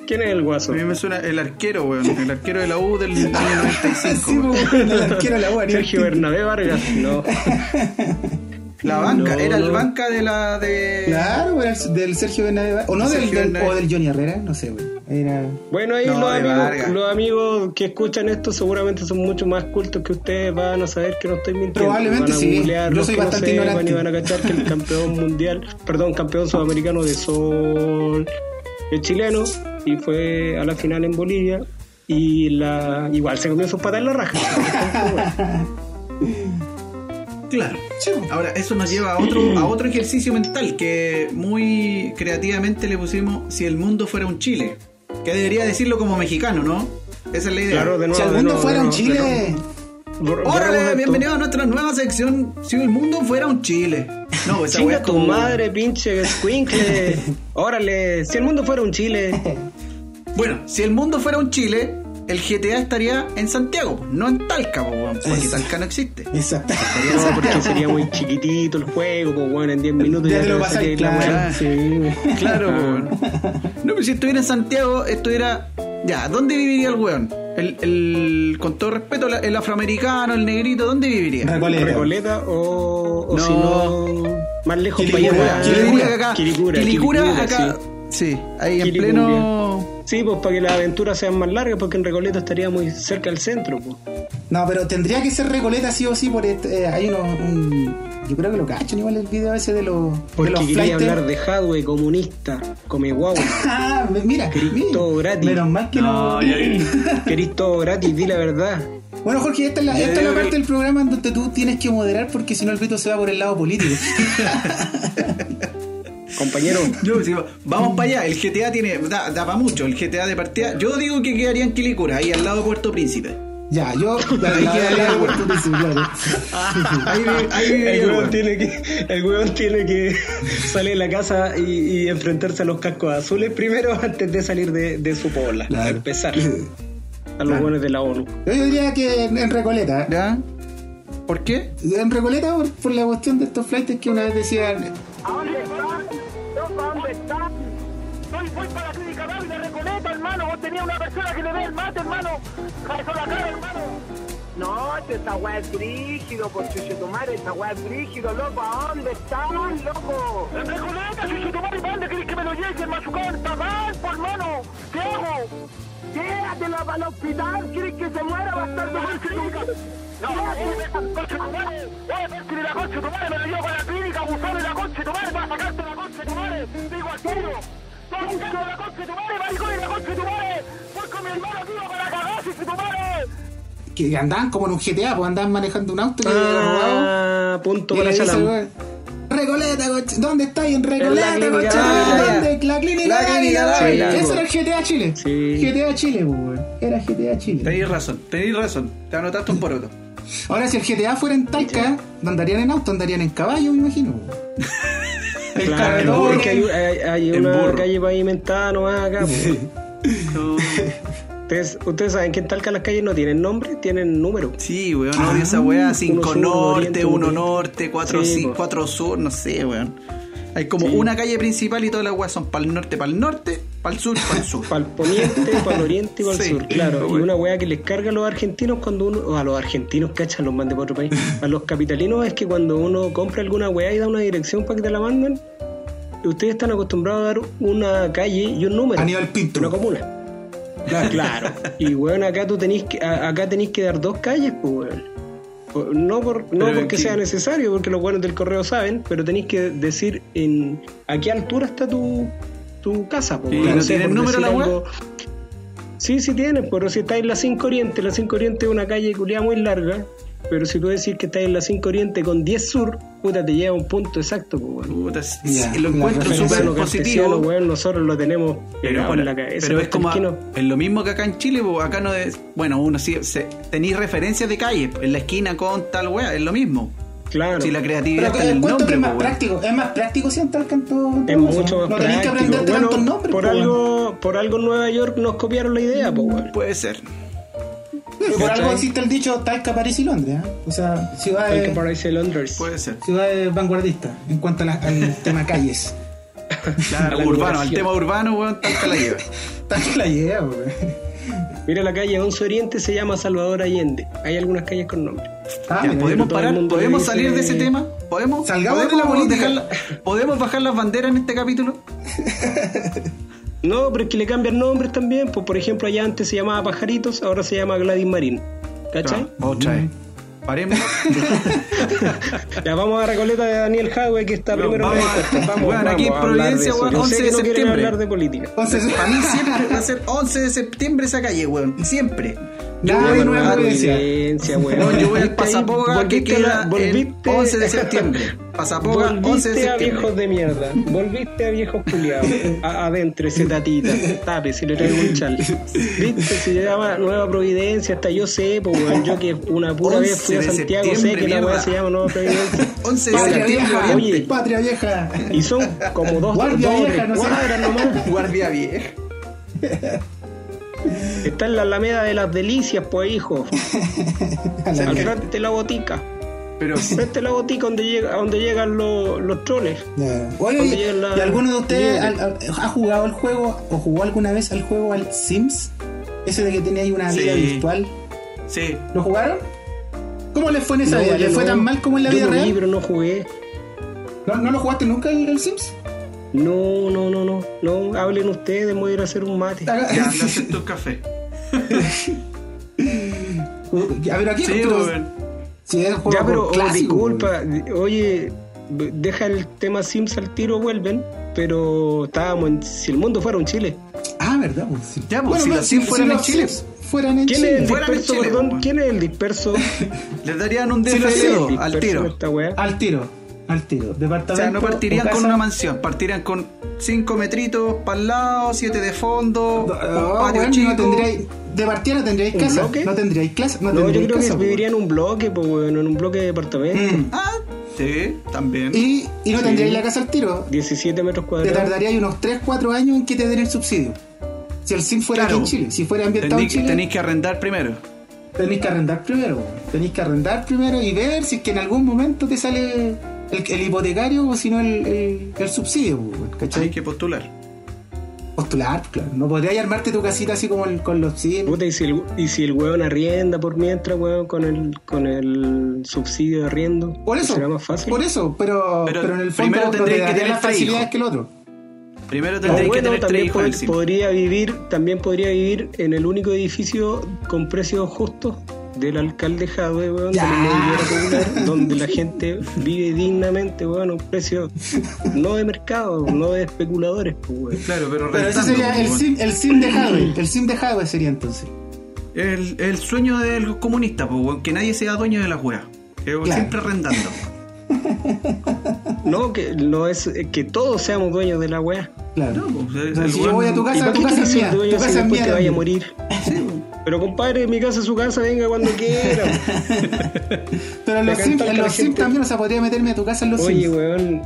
Speaker 3: ¿Quién es el
Speaker 2: A
Speaker 3: guaso?
Speaker 2: mí me suena el arquero, weón. El arquero de la U del año
Speaker 4: Sí,
Speaker 2: 95.
Speaker 4: pues, weón, el arquero de la weá, Aníbal
Speaker 3: Sergio
Speaker 4: Pinto.
Speaker 3: Bernabé Vargas, no.
Speaker 2: La banca,
Speaker 3: pues. No,
Speaker 2: era el
Speaker 3: no.
Speaker 2: banca de la de.
Speaker 4: Claro, era el- del Sergio Bernabé. O no,
Speaker 2: El
Speaker 4: del,
Speaker 2: Sergio
Speaker 4: del-
Speaker 2: Bernabé.
Speaker 4: o del Johnny Herrera, no sé, weón. Era.
Speaker 3: Bueno, ahí
Speaker 2: No,
Speaker 3: los,
Speaker 2: de
Speaker 3: amigos,
Speaker 2: Vargas.
Speaker 3: los amigos que escuchan esto seguramente son mucho más cultos que ustedes, van a saber que no estoy mintiendo. van
Speaker 4: Probablemente
Speaker 3: a
Speaker 4: sí.
Speaker 3: googlear,
Speaker 4: Yo
Speaker 3: los
Speaker 4: soy
Speaker 3: que no
Speaker 4: bastante
Speaker 3: sepan
Speaker 4: ignorante.
Speaker 3: Y van a cachar que el campeón mundial, perdón, campeón sudamericano de sol es chileno y fue a la final en Bolivia y la igual se comió sus patas en la raja.
Speaker 2: Claro.
Speaker 4: Sí, pues.
Speaker 2: Ahora, eso nos lleva a otro, a otro ejercicio mental que muy creativamente le pusimos si el mundo fuera un Chile. Que debería decirlo como mexicano, ¿no? Esa es la idea.
Speaker 3: claro, de nuevo.
Speaker 4: Si el
Speaker 3: de
Speaker 4: mundo
Speaker 3: nuevo,
Speaker 4: fuera
Speaker 3: de
Speaker 4: un
Speaker 3: nuevo, de
Speaker 4: Chile.
Speaker 3: nuevo. Bor- borramos
Speaker 2: Órale,
Speaker 3: esto.
Speaker 2: bienvenido a nuestra nueva sección. Si el mundo fuera un Chile. No, esa wea
Speaker 3: Chinga
Speaker 2: es
Speaker 3: tu
Speaker 2: como-
Speaker 3: madre, pinche squinkle. Órale, si el mundo fuera un Chile.
Speaker 2: Bueno, si el mundo fuera un Chile, el GTA estaría en Santiago, no en Talca, po, weón, porque
Speaker 4: Eso.
Speaker 2: Talca no existe.
Speaker 4: Exacto.
Speaker 3: No, porque sería muy chiquitito el juego, pues bueno, en 10 minutos
Speaker 4: Ya te lo
Speaker 3: saqué
Speaker 4: pasáis,
Speaker 3: la
Speaker 4: claro.
Speaker 3: weá. Sí, Ah.
Speaker 2: Claro, po, weón. No, pero si estuviera en Santiago, estuviera. Ya, ¿dónde viviría el weón? El, el- con todo respeto, la- el afroamericano, el negrito, ¿dónde viviría?
Speaker 4: Recoleta.
Speaker 3: Recoleta o, o
Speaker 2: No.
Speaker 3: si no, más lejos
Speaker 4: Quilicura,
Speaker 3: para allá.
Speaker 2: Yo diría
Speaker 4: Quilicura.
Speaker 2: que acá.
Speaker 3: Quilicura, Quilicura,
Speaker 2: acá. Sí, ahí en
Speaker 3: Quilicura.
Speaker 2: pleno.
Speaker 3: Sí, pues para que las aventuras sean más largas, porque en Recoleta estaría muy cerca del centro. Pues.
Speaker 4: No, pero tendría que ser Recoleta sí o sí por este- eh, hay unos un- yo creo que lo cachan igual el video ese de los de
Speaker 3: Porque
Speaker 4: los
Speaker 3: quería
Speaker 4: flighters.
Speaker 3: hablar de hardware comunista, come guagua.
Speaker 4: Ah, mira, mira.
Speaker 3: todo gratis.
Speaker 4: Menos mal que no.
Speaker 3: Querís todo gratis, di la verdad.
Speaker 4: Bueno, Jorge, esta es la, esta es la parte del programa en donde tú tienes que moderar porque si no el grito se va por el lado político.
Speaker 3: Compañero,
Speaker 2: Yo, sí, vamos para allá, el GTA tiene. Da, da para mucho, el GTA de partida. Yo digo que quedaría en Quilicura, ahí al lado de Puerto Príncipe.
Speaker 4: ya, yo ahí quedaría la puerta del celular.
Speaker 2: Ahí, vi- ahí viviría
Speaker 3: El
Speaker 2: el
Speaker 3: huevón
Speaker 2: weón.
Speaker 3: tiene que, el huevón tiene que salir de la casa y, y enfrentarse a los cascos azules primero antes de salir de, de su pobla, a
Speaker 4: Claro.
Speaker 3: empezar a los buenos de la ONU.
Speaker 4: Yo diría que en, en Recoleta. ¿eh?
Speaker 2: ¿Ya? ¿Por qué?
Speaker 4: En Recoleta por, por la cuestión de estos flights que una vez decían,
Speaker 5: ¿A dónde están? ¿Yo para dónde están? Soy, voy para la clínica David de Recoleta, hermano. Vos tenías una persona que le ve el mate, hermano. Eso la cara, hermano. No, esa weá es brígido, por Chuchutumare, esa weá es brígido, loco. ¿A dónde están, loco? En Recoleta, Chuchutumare, ¿para dónde querés que me lo lleve, machucado? ¡Papá, por hermano! ¿Qué hago? Quédatela para el hospital, ¿quieres que se muera, bastardo? No, no, concha tu madre, eh, ven, tiene la concha de tu madre, me lo llevo para la clínica, abusar de la concha de tu madre, para sacarte la concha de tu madre, digo al tiro. Todo un carro de la concha de tu madre, maricón y la concha de tu madre, voy con mi hermano, tío, para cagarse, tu madre.
Speaker 4: que andaban como en un GTA, pues andaban manejando un auto que era robado.
Speaker 3: Ah, punto
Speaker 4: Y le
Speaker 3: para
Speaker 4: dice,
Speaker 3: Salam.
Speaker 4: weón, Recoleta, coche, ¿dónde estáis? En Recoleta,
Speaker 3: En la
Speaker 4: coche,
Speaker 3: clínica Dávila.
Speaker 4: ¿dónde?
Speaker 2: La
Speaker 4: La clínica
Speaker 2: clínica
Speaker 4: Dávila,
Speaker 2: Dávila,
Speaker 4: weón. Eso
Speaker 3: weón.
Speaker 4: era el GTA Chile.
Speaker 3: Sí.
Speaker 4: GTA Chile, weón. Era GTA Chile.
Speaker 2: Tenéis razón, tenéis razón. Te anotaste un poroto.
Speaker 4: Ahora, si el GTA fuera en Talca, no andarían en auto, andarían en caballo, me imagino. weón. El
Speaker 3: Claro,
Speaker 4: carretón,
Speaker 3: porque hay, hay- hay
Speaker 2: En
Speaker 3: una
Speaker 2: burro.
Speaker 3: calle pavimentada nomás acá. po.
Speaker 2: No.
Speaker 3: Ustedes, ustedes saben que en Talca las calles no tienen nombre, tienen número.
Speaker 2: Sí, weón, odio esa weá. 5
Speaker 3: Ah, uno sur,
Speaker 2: norte,
Speaker 3: oriente,
Speaker 2: 1
Speaker 3: oriente.
Speaker 2: norte, 4
Speaker 3: Sí, po.
Speaker 2: sur, no sé, weón. Hay como
Speaker 3: Sí.
Speaker 2: una calle principal y todas las weas son para el norte, para el norte, Para el sur, para el sur.
Speaker 3: Para el poniente, para el oriente y para el
Speaker 2: Sí,
Speaker 3: sur, claro.
Speaker 2: bueno.
Speaker 3: Y una weá que les carga a los argentinos cuando uno, o a los argentinos, cachan, los mande para otro país. A los capitalinos es que cuando uno compra alguna weá y da una dirección para que te la manden, ustedes están acostumbrados a dar una calle y un número.
Speaker 4: Aníbal Pinto.
Speaker 3: Una comuna. Claro, claro. Y weón, acá tú tenés que, a- acá tenés que dar dos calles, pues weón. Por- No, por, no
Speaker 2: Pero
Speaker 3: porque
Speaker 2: aquí-
Speaker 3: sea necesario, porque los buenos del correo saben, pero tenéis que decir en a qué altura está tu, tu casa. po,
Speaker 2: ¿Y
Speaker 3: weón.
Speaker 2: no tiene
Speaker 3: por
Speaker 2: el número
Speaker 3: decir
Speaker 2: la weá?
Speaker 3: algo- Sí, sí tienen, pues, pero si estáis en la 5 Oriente, la 5 Oriente es una calle culiada muy larga, pero si tú decís que estás en la 5 Oriente con 10 Sur, puta, te lleva a un punto exacto, po, weón.
Speaker 2: Puta, sí,
Speaker 4: Ya,
Speaker 2: lo
Speaker 4: la
Speaker 2: encuentro
Speaker 4: referencia
Speaker 2: súper
Speaker 4: a
Speaker 3: lo cartesiano,
Speaker 2: positivo.
Speaker 3: weón, nosotros lo tenemos
Speaker 2: Pero,
Speaker 3: pegado
Speaker 2: bueno,
Speaker 3: en la cabeza. pues,
Speaker 2: pero
Speaker 3: los
Speaker 2: es como
Speaker 3: tarquinos.
Speaker 2: es lo mismo que acá en Chile, po, acá no es, bueno, uno sí se- tenéis referencias de calle, pues, en la esquina con tal wea, es lo mismo.
Speaker 3: Claro.
Speaker 2: Si la creatividad
Speaker 4: Pero
Speaker 2: está en el
Speaker 4: encuentro que
Speaker 2: nombre,
Speaker 4: es más
Speaker 2: po, weón.
Speaker 4: práctico. Es más práctico si entrar canto.
Speaker 3: Es mucho más
Speaker 4: No tenés que
Speaker 3: práctico.
Speaker 4: aprenderte
Speaker 3: Bueno,
Speaker 4: tantos nombres.
Speaker 3: por
Speaker 4: po, weón. Eh.
Speaker 3: algo, por algo en Nueva York nos copiaron la idea, pues weón.
Speaker 2: puede ser.
Speaker 4: Sí, Por
Speaker 3: ¿Cachai?
Speaker 4: algo existe el dicho Talca, París y Londres. ¿eh? O sea,
Speaker 3: El que
Speaker 4: ciudades,
Speaker 3: parece Londres.
Speaker 2: Puede ser.
Speaker 4: ciudades vanguardistas en cuanto a la- al tema calles.
Speaker 2: Claro,
Speaker 3: A la
Speaker 2: urbano, al
Speaker 3: migración.
Speaker 2: tema urbano, weón, tal que la lleva.
Speaker 4: Talca la idea, weón.
Speaker 3: Mira la calle 11 Oriente se llama Salvador Allende. Hay algunas calles con nombre.
Speaker 4: Ah,
Speaker 2: Ya,
Speaker 4: mira,
Speaker 2: ¿Podemos
Speaker 3: pero todo el
Speaker 2: parar?
Speaker 3: mundo
Speaker 2: ¿Podemos
Speaker 3: dice-
Speaker 2: salir de ese tema? ¿Podemos,
Speaker 4: Salgamos de
Speaker 2: podemos
Speaker 4: la política.
Speaker 2: dejar- ¿Podemos bajar las banderas en este capítulo?
Speaker 3: No, pero es que le cambian nombres también. Pues, por ejemplo, allá antes se llamaba Pajaritos, ahora se llama Gladys Marín. ¿Cachai? Mm.
Speaker 2: Ah, Otra vez. Paremos.
Speaker 3: Ya vamos a Recoleta de Daniel Jadwe, que está
Speaker 2: No,
Speaker 3: primero
Speaker 2: vamos
Speaker 3: en la
Speaker 2: a-
Speaker 3: encuesta. Vamos,
Speaker 2: Bueno, aquí en
Speaker 3: vamos a hablar
Speaker 2: Providencia,
Speaker 3: de eso.
Speaker 2: weón,
Speaker 3: Yo
Speaker 2: 11 de
Speaker 3: sé que no quieren
Speaker 2: septiembre.
Speaker 3: hablar de política.
Speaker 4: Entonces,
Speaker 2: Para mí siempre va a ser 11 de septiembre esa calle, weón. Siempre.
Speaker 4: Nada
Speaker 3: Yo
Speaker 4: de
Speaker 3: voy
Speaker 4: nueva
Speaker 3: a
Speaker 4: provincia.
Speaker 3: Providencia, weón.
Speaker 2: No, yo voy al
Speaker 3: Viste ahí,
Speaker 2: Pasapoga que
Speaker 3: volviste a
Speaker 2: queda
Speaker 3: la-
Speaker 2: el
Speaker 3: volviste-
Speaker 2: 11 de septiembre. Pasapoga, 11 de
Speaker 3: Volviste a
Speaker 2: septiembre.
Speaker 3: viejos de mierda. Volviste a viejos culiados. A- Adentro, ese tatita. Tape, si le traigo un chal. Viste, se llama Nueva Providencia. Hasta yo sé, pues, weón. Yo que una pura vez fui a
Speaker 2: 11 de
Speaker 3: Santiago, sé que la
Speaker 2: septiembre,
Speaker 3: weá se llama Nueva Providencia.
Speaker 2: 11 de
Speaker 4: Patria
Speaker 2: septiembre,
Speaker 4: vieja,
Speaker 2: Oriente.
Speaker 3: Oye.
Speaker 4: patria vieja.
Speaker 3: Y son como dos,
Speaker 4: Guardia
Speaker 3: dos o
Speaker 4: vieja,
Speaker 3: tres
Speaker 4: no sé.
Speaker 3: cuadras nomás.
Speaker 2: Guardia eh. vieja.
Speaker 3: Está en la Alameda de las Delicias, pues, hijo. Al frente de la botica.
Speaker 2: Pero
Speaker 3: Frente de la botica donde, llega, donde llegan los, los troles.
Speaker 4: Ya. Oye,
Speaker 3: Cuando lleguen la-
Speaker 4: ¿y alguno de ustedes
Speaker 3: Libre.
Speaker 4: al- al- ha jugado el juego o jugó alguna vez al juego al Sims? Ese de que tenía ahí una vida
Speaker 2: Sí.
Speaker 4: virtual.
Speaker 2: sí,
Speaker 4: ¿Lo jugaron? ¿Cómo les fue en esa
Speaker 3: No,
Speaker 4: vida?
Speaker 3: yo
Speaker 4: ¿Le fue
Speaker 3: no-
Speaker 4: tan mal como en la
Speaker 3: yo
Speaker 4: vida
Speaker 3: lo vi,
Speaker 4: real?
Speaker 3: pero no jugué.
Speaker 4: ¿No, no lo jugaste nunca el, el Sims?
Speaker 3: No, no, no, no. No, hablen ustedes, voy a ir a hacer un mate.
Speaker 4: Acá-
Speaker 2: ya, le acepto un café.
Speaker 4: a ver, Uh, aquí
Speaker 2: Sí,
Speaker 4: otro-
Speaker 2: weón.
Speaker 4: Sí, es un juego
Speaker 3: Ya, pero oh,
Speaker 4: clásico,
Speaker 3: disculpa, di- oye, b- deja el tema Sims al tiro, vuelven, pero estábamos en si el mundo fuera un Chile.
Speaker 4: weón. Ah, verdad, pues, sí.
Speaker 2: Ya, pues, si los Sims fueran en
Speaker 4: los
Speaker 2: Chile.
Speaker 4: Sims Fueran en
Speaker 3: ¿Quién es
Speaker 4: Chile.
Speaker 3: el
Speaker 2: Fuera de
Speaker 3: disperso,
Speaker 2: Chile,
Speaker 3: perdón?
Speaker 2: weón.
Speaker 3: ¿Quién es el disperso?
Speaker 2: Les darían un
Speaker 4: Sí, lo sé,
Speaker 2: DFL
Speaker 3: El
Speaker 2: al
Speaker 3: disperso de
Speaker 2: tiro.
Speaker 3: Esta weá?
Speaker 4: Al tiro, al tiro. Departamento.
Speaker 2: O sea, no partirían
Speaker 4: o
Speaker 2: con
Speaker 4: casa.
Speaker 2: una mansión, partirían con 5 metritos para el lado, 7 de fondo,
Speaker 4: No,
Speaker 2: un patio
Speaker 4: Oh, weón,
Speaker 2: Oh, chico.
Speaker 4: Ah, no tendríais- de partida no tendríais
Speaker 3: ¿Un
Speaker 4: casa.
Speaker 3: bloque?
Speaker 4: No tendríais clase. No,
Speaker 3: No, yo
Speaker 4: tendríais
Speaker 3: creo
Speaker 4: casa,
Speaker 3: que
Speaker 4: weón.
Speaker 3: viviría en un bloque, pues, bueno, en un bloque de departamento.
Speaker 4: Mm.
Speaker 2: Ah, sí, también.
Speaker 4: Y, y no
Speaker 3: Sí.
Speaker 4: tendríais la casa al tiro.
Speaker 3: 17 metros
Speaker 4: Te
Speaker 3: cuadrados.
Speaker 4: tardaríais unos 3-4 años en que te den el subsidio. Si el SIM fuera
Speaker 2: Claro.
Speaker 4: aquí en Chile, si fuera ambientado
Speaker 2: Tenéis
Speaker 4: en Chile,
Speaker 2: tenéis que arrendar primero.
Speaker 4: tenéis que arrendar primero. weón. Tenéis que arrendar primero y ver si es que en algún momento te sale el, el hipotecario o si no el, el- el subsidio. weón, ¿Cachai?
Speaker 2: Hay que postular.
Speaker 4: Postular, claro. No podrías armarte tu casita así como el- con los SIM.
Speaker 3: Puta, y si, el, y si el weón arrienda por mientras, weón, con el, con el subsidio de arriendo.
Speaker 4: Por eso,
Speaker 3: Será más fácil.
Speaker 4: por eso, pero,
Speaker 2: Pero
Speaker 4: pero, en el fondo
Speaker 2: primero
Speaker 4: no te
Speaker 2: tendríais que
Speaker 4: darían
Speaker 2: tener
Speaker 4: las
Speaker 2: tres
Speaker 4: facilidades
Speaker 2: hijos.
Speaker 4: que el otro.
Speaker 2: Primero
Speaker 3: O
Speaker 2: tendréis que
Speaker 3: bueno,
Speaker 2: tener tres
Speaker 3: también
Speaker 2: hijos
Speaker 3: pod-
Speaker 2: en el
Speaker 3: podría vivir, también podría vivir en el único edificio con precios justos del alcalde Jadwe, weón, de la inmobiliaria popular, donde la gente vive dignamente, weón, a un precio no de mercado, no de especuladores, pues, weón.
Speaker 2: Claro, pero,
Speaker 4: Pero ese
Speaker 2: rentando,
Speaker 4: sería el
Speaker 2: weón.
Speaker 4: sim, el sim de Hadwe. El sim de Hadwe sería entonces.
Speaker 2: El, el sueño del comunista, pues, weón, que nadie sea dueño de la weas. Que weón,
Speaker 4: Claro.
Speaker 2: Siempre arrendando.
Speaker 3: No, que no es eh, que todos seamos dueños de la weá.
Speaker 2: No,
Speaker 4: Claro.
Speaker 2: pues, el-
Speaker 4: O sea,
Speaker 2: el
Speaker 4: si
Speaker 2: weón-
Speaker 4: yo voy a tu
Speaker 3: ¿Y
Speaker 4: casa,
Speaker 3: para
Speaker 4: tu
Speaker 3: qué
Speaker 4: casa
Speaker 3: quieres
Speaker 4: es
Speaker 3: ser
Speaker 4: mía.
Speaker 3: dueño
Speaker 4: Tu
Speaker 3: si
Speaker 4: casa es
Speaker 3: después
Speaker 4: mía.
Speaker 3: te vaya a
Speaker 4: también.
Speaker 3: morir?
Speaker 2: Sí, weón.
Speaker 3: Pero compadre, mi casa es su casa, venga cuando quiera.
Speaker 4: Pero en
Speaker 3: Me
Speaker 4: los sim,
Speaker 3: encanta
Speaker 4: en
Speaker 3: que
Speaker 4: los
Speaker 3: la
Speaker 4: Sims
Speaker 3: gente-
Speaker 4: también, o sea, podría meterme a tu casa en los
Speaker 3: Oye,
Speaker 4: sims.
Speaker 3: weón,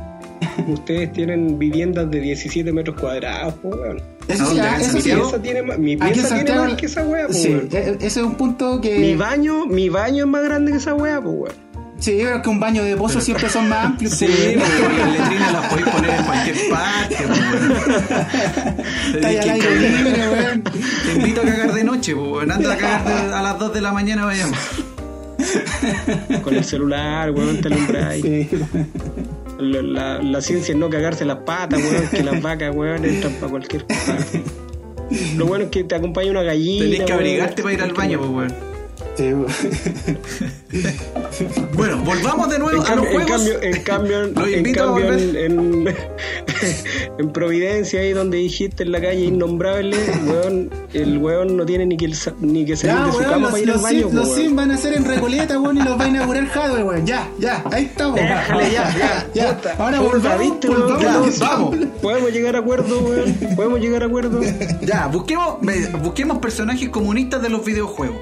Speaker 3: ustedes tienen viviendas de 17 metros cuadrados, po, weón.
Speaker 4: Eso
Speaker 2: ¿A
Speaker 4: sí,
Speaker 2: dónde?
Speaker 4: ah,
Speaker 2: ¿En
Speaker 4: eso
Speaker 3: Mi
Speaker 4: sí.
Speaker 2: Santiago?
Speaker 4: Aquí
Speaker 3: pieza tiene más, mi
Speaker 4: en
Speaker 3: pieza tiene
Speaker 4: Santiago.
Speaker 3: más que esa pues, weá, po,
Speaker 4: Sí,
Speaker 3: weón.
Speaker 4: e- e- ese es un punto que.
Speaker 3: Mi baño, mi baño es más grande que esa weá, po, weón.
Speaker 4: Sí, pero que un baño de pozo siempre son más amplios.
Speaker 2: Sí,
Speaker 4: pues,
Speaker 2: pues,
Speaker 4: weón.
Speaker 2: weón, las letrinas las podéis poner en cualquier parte, pues, weón.
Speaker 4: Está ahí
Speaker 2: Tenés
Speaker 4: al
Speaker 2: que
Speaker 4: aire
Speaker 2: cagar.
Speaker 4: libre, weón.
Speaker 2: Te invito a cagar de noche, pues, weón. Anda a cagar de- a las 2 de la mañana, vayamos.
Speaker 3: Con el celular, weón, te alumbráis.
Speaker 4: Sí.
Speaker 3: Lo- La, la ciencia es no cagarse las patas, weón, que las vacas, weón, entran para cualquier parte. Lo bueno es que te acompaña una gallina.
Speaker 2: Tenés que
Speaker 3: weón.
Speaker 2: abrigarte para ir al baño, pues, weón.
Speaker 4: Sí, weón.
Speaker 2: Bueno, volvamos de
Speaker 3: En
Speaker 2: nuevo a los
Speaker 3: cambio, en
Speaker 2: juegos.
Speaker 3: cambio, en cambio,
Speaker 2: Los
Speaker 3: en,
Speaker 2: invito a
Speaker 3: cambio en,
Speaker 2: volver.
Speaker 3: en- en Providencia, ahí donde dijiste en la calle innombrable, weón, el weón no tiene ni que, el sa- ni que salir
Speaker 4: Ya,
Speaker 3: de su
Speaker 4: weón,
Speaker 3: cama
Speaker 4: los,
Speaker 3: para ir al
Speaker 4: los,
Speaker 3: baño.
Speaker 4: Sims- los
Speaker 3: weón.
Speaker 4: Sims van a ser en Recoleta, weón, y los va a inaugurar Hadwe, weón. Ya, ya, ahí estamos.
Speaker 3: Déjale, ya, ya,
Speaker 4: ya.
Speaker 3: puta.
Speaker 4: Ahora
Speaker 3: Puta,
Speaker 4: volvamos,
Speaker 3: ¿viste, weón?
Speaker 4: volvamos.
Speaker 2: Ya,
Speaker 4: a los
Speaker 2: vamos.
Speaker 4: Sims.
Speaker 3: Podemos llegar a acuerdo, weón. Podemos llegar a acuerdo.
Speaker 2: Ya, busquemos, me- busquemos personajes comunistas de los videojuegos.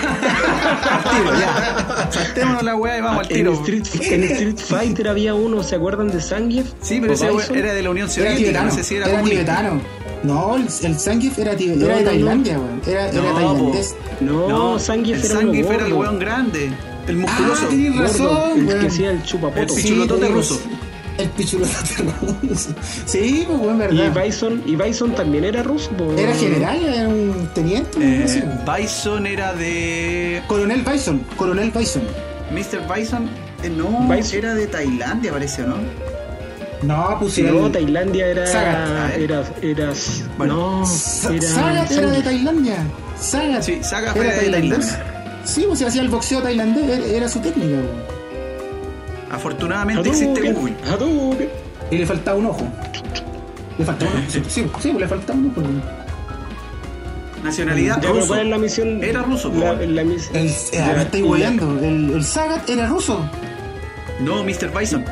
Speaker 2: al tiro, ya. Saltémonos la weá y vamos al
Speaker 3: En
Speaker 2: tiro.
Speaker 3: Street, en Street Fighter había uno, ¿se acuerdan de Zangief?
Speaker 2: Sí, pero ese weón
Speaker 3: Bison.
Speaker 2: era de la Unión
Speaker 4: Era
Speaker 2: Soviética,
Speaker 4: tibetano.
Speaker 2: no sé si era,
Speaker 4: Era
Speaker 2: comunista.
Speaker 4: tibetano. No, el, el Zangief era, tibe-
Speaker 3: No,
Speaker 4: era
Speaker 3: no,
Speaker 4: de
Speaker 3: no.
Speaker 4: Tailandia, weón. Era, era
Speaker 2: No,
Speaker 4: tailandés. Ah,
Speaker 3: No,
Speaker 2: No,
Speaker 3: Zangief
Speaker 2: el
Speaker 3: era
Speaker 2: Zangief
Speaker 3: uno
Speaker 2: era el
Speaker 3: gordo,
Speaker 2: weón grande, el
Speaker 4: Ah,
Speaker 2: musculoso.
Speaker 4: tenés
Speaker 3: gordo,
Speaker 4: razón,
Speaker 3: El que
Speaker 4: weón.
Speaker 3: hacía el chupapoto.
Speaker 2: El pichulotote
Speaker 4: tenés
Speaker 2: ruso.
Speaker 4: razón. El pichulotote ruso. Sí, pues, weón,
Speaker 3: Y
Speaker 4: verdad.
Speaker 3: Bison, y Bison también era ruso, weón.
Speaker 4: Era general, era un teniente. no sé.
Speaker 2: Eh, Bison era de.
Speaker 4: Coronel Bison, Coronel Bison.
Speaker 2: Mr. Bison. eh, no,
Speaker 3: Bison.
Speaker 2: era de Tailandia, parece, ¿no?
Speaker 4: No, pues,
Speaker 3: Sí,
Speaker 4: pusieron.
Speaker 3: no, Tailandia era.
Speaker 4: Sagat.
Speaker 3: Era. era
Speaker 2: Bueno,
Speaker 3: no, era.
Speaker 4: Sagat era de Tailandia. Sagat.
Speaker 2: Sí, Sagat
Speaker 4: Era
Speaker 2: era de
Speaker 4: tailandés.
Speaker 2: Tailandia.
Speaker 4: Sí, pues se hacía el boxeo tailandés, era- era su técnica. weón.
Speaker 2: Afortunadamente existe
Speaker 3: Hadouken,
Speaker 2: Google.
Speaker 3: Hadouken.
Speaker 4: Y le faltaba un ojo. Le faltaba un ojo. Sí, sí, pues le faltaba un ojo. weón.
Speaker 2: Nacionalidad
Speaker 3: Ya, pero
Speaker 2: ruso.
Speaker 3: ¿cuál es la misión?
Speaker 2: Era ruso,
Speaker 3: La,
Speaker 2: weón.
Speaker 3: la mis-
Speaker 4: El, eh,
Speaker 3: Ya,
Speaker 4: me estáis
Speaker 3: y la-
Speaker 4: hueveando. El, el Sagat era ruso.
Speaker 2: No, Mr. Bison.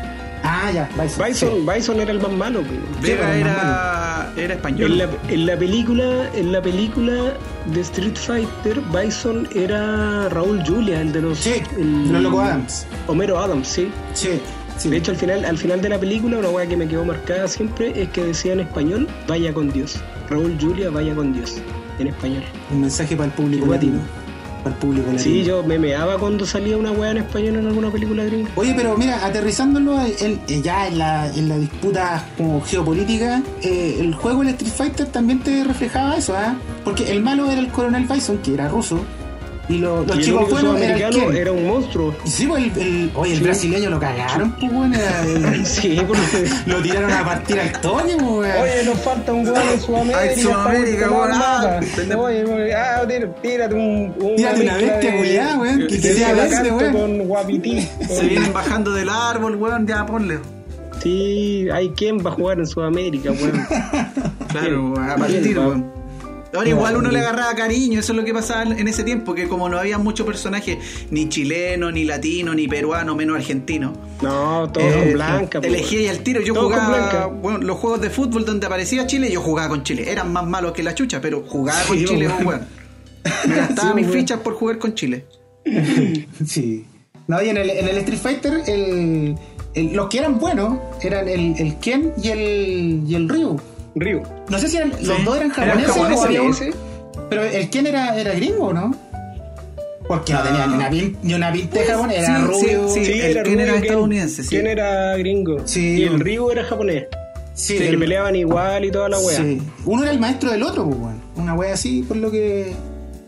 Speaker 4: Ah, ya, Bison.
Speaker 3: Bison, Bison era el más malo, weón.
Speaker 2: Vega
Speaker 4: pero
Speaker 2: era, era español.
Speaker 3: En la, en la película, en la película de Street Fighter, Bison era Raúl Julia, el de los,
Speaker 4: Sí,
Speaker 3: el-
Speaker 4: los Loco Adams.
Speaker 3: Homero Adams, sí.
Speaker 4: Sí, sí.
Speaker 3: De hecho, al final, al final de la película, una weá que me quedó marcada siempre es que decía en español, vaya con Dios. Raúl Julia, vaya con Dios. En español.
Speaker 4: un mensaje para el público
Speaker 3: Qué
Speaker 4: latino.
Speaker 3: guatino.
Speaker 4: Para el público latino.
Speaker 3: Sí, yo me meaba cuando salía una weá en español en alguna película gringa.
Speaker 4: Oye, pero mira, aterrizándolo en- en- ya en la, en la disputa como geopolítica, eh, el juego el Street Fighter también te reflejaba eso, ¿ah? Porque el malo era el coronel Bison, que era ruso, y lo- los
Speaker 3: y el
Speaker 4: chicos
Speaker 3: único
Speaker 4: buenos era el
Speaker 3: sudamericano
Speaker 4: Ken.
Speaker 3: era un monstruo.
Speaker 4: Y sí, pues, el, el- oye, el
Speaker 3: Sí.
Speaker 4: brasileño lo cagaron, pues, weón, era- el-
Speaker 3: Sí, porque...
Speaker 4: lo tiraron a partir al toque, pues, weón.
Speaker 3: Oye, nos falta un gol en Sudamérica.
Speaker 2: Ay, Sudamérica,
Speaker 3: estamos
Speaker 2: weón, ah,
Speaker 3: calados. Oye, oye, ah, tira- tírate un. un
Speaker 4: Tírate una
Speaker 3: mezcla
Speaker 4: bestia,
Speaker 3: de-
Speaker 4: culiá, weón, que
Speaker 3: de
Speaker 4: sea
Speaker 3: Diego
Speaker 4: bestia,
Speaker 3: Lacanto
Speaker 4: weón.
Speaker 3: Con guapití.
Speaker 2: Se vienen bajando del árbol, weón, ya ponle.
Speaker 3: Sí, hay quien va a jugar en Sudamérica, weón.
Speaker 2: Claro,
Speaker 3: Bien,
Speaker 2: a partir,
Speaker 3: bien,
Speaker 2: weón. Ahora igual uno
Speaker 4: bien.
Speaker 2: le agarraba cariño, eso es lo que pasaba en ese tiempo, que como no había muchos personajes, ni chileno, ni latino, ni peruano, menos argentino.
Speaker 3: No, todos
Speaker 2: eh,
Speaker 3: con blanca,
Speaker 2: te
Speaker 3: po,
Speaker 2: elegía y al tiro. Yo
Speaker 3: Todos con blanca.
Speaker 2: jugaba bueno, los juegos de fútbol donde aparecía Chile, yo jugaba con Chile. Eran más malos que la chucha, pero jugaba con
Speaker 4: Sí,
Speaker 2: Chile,
Speaker 4: weón.
Speaker 2: weón. Me gastaba
Speaker 3: Sí,
Speaker 2: mis
Speaker 3: weón.
Speaker 2: fichas por jugar con Chile.
Speaker 4: Sí. No, y en el, en el Street Fighter, el, el- los que eran buenos eran el, el Ken y el, y el Ryu.
Speaker 3: Río.
Speaker 4: No sé si eran, los
Speaker 2: Sí.
Speaker 4: dos
Speaker 2: Eran
Speaker 4: eran japoneses,
Speaker 2: japoneses,
Speaker 4: o había uno-
Speaker 2: sí.
Speaker 4: Pero el Ken era, era gringo, ¿no? Porque no tenía ni una, pin- ni una pinta de Japón, era
Speaker 2: Ah. sí,
Speaker 4: rubio. Sí,
Speaker 2: sí, sí. el Ken era
Speaker 3: Ken-
Speaker 2: estadounidense, sí.
Speaker 3: Ken era gringo.
Speaker 4: Sí,
Speaker 3: Y el
Speaker 4: weón.
Speaker 3: Río era japonés.
Speaker 4: el-
Speaker 3: Que peleaban igual y toda la weá.
Speaker 4: sí. Uno era el maestro del otro, pues, weón. Una wea así, por lo que.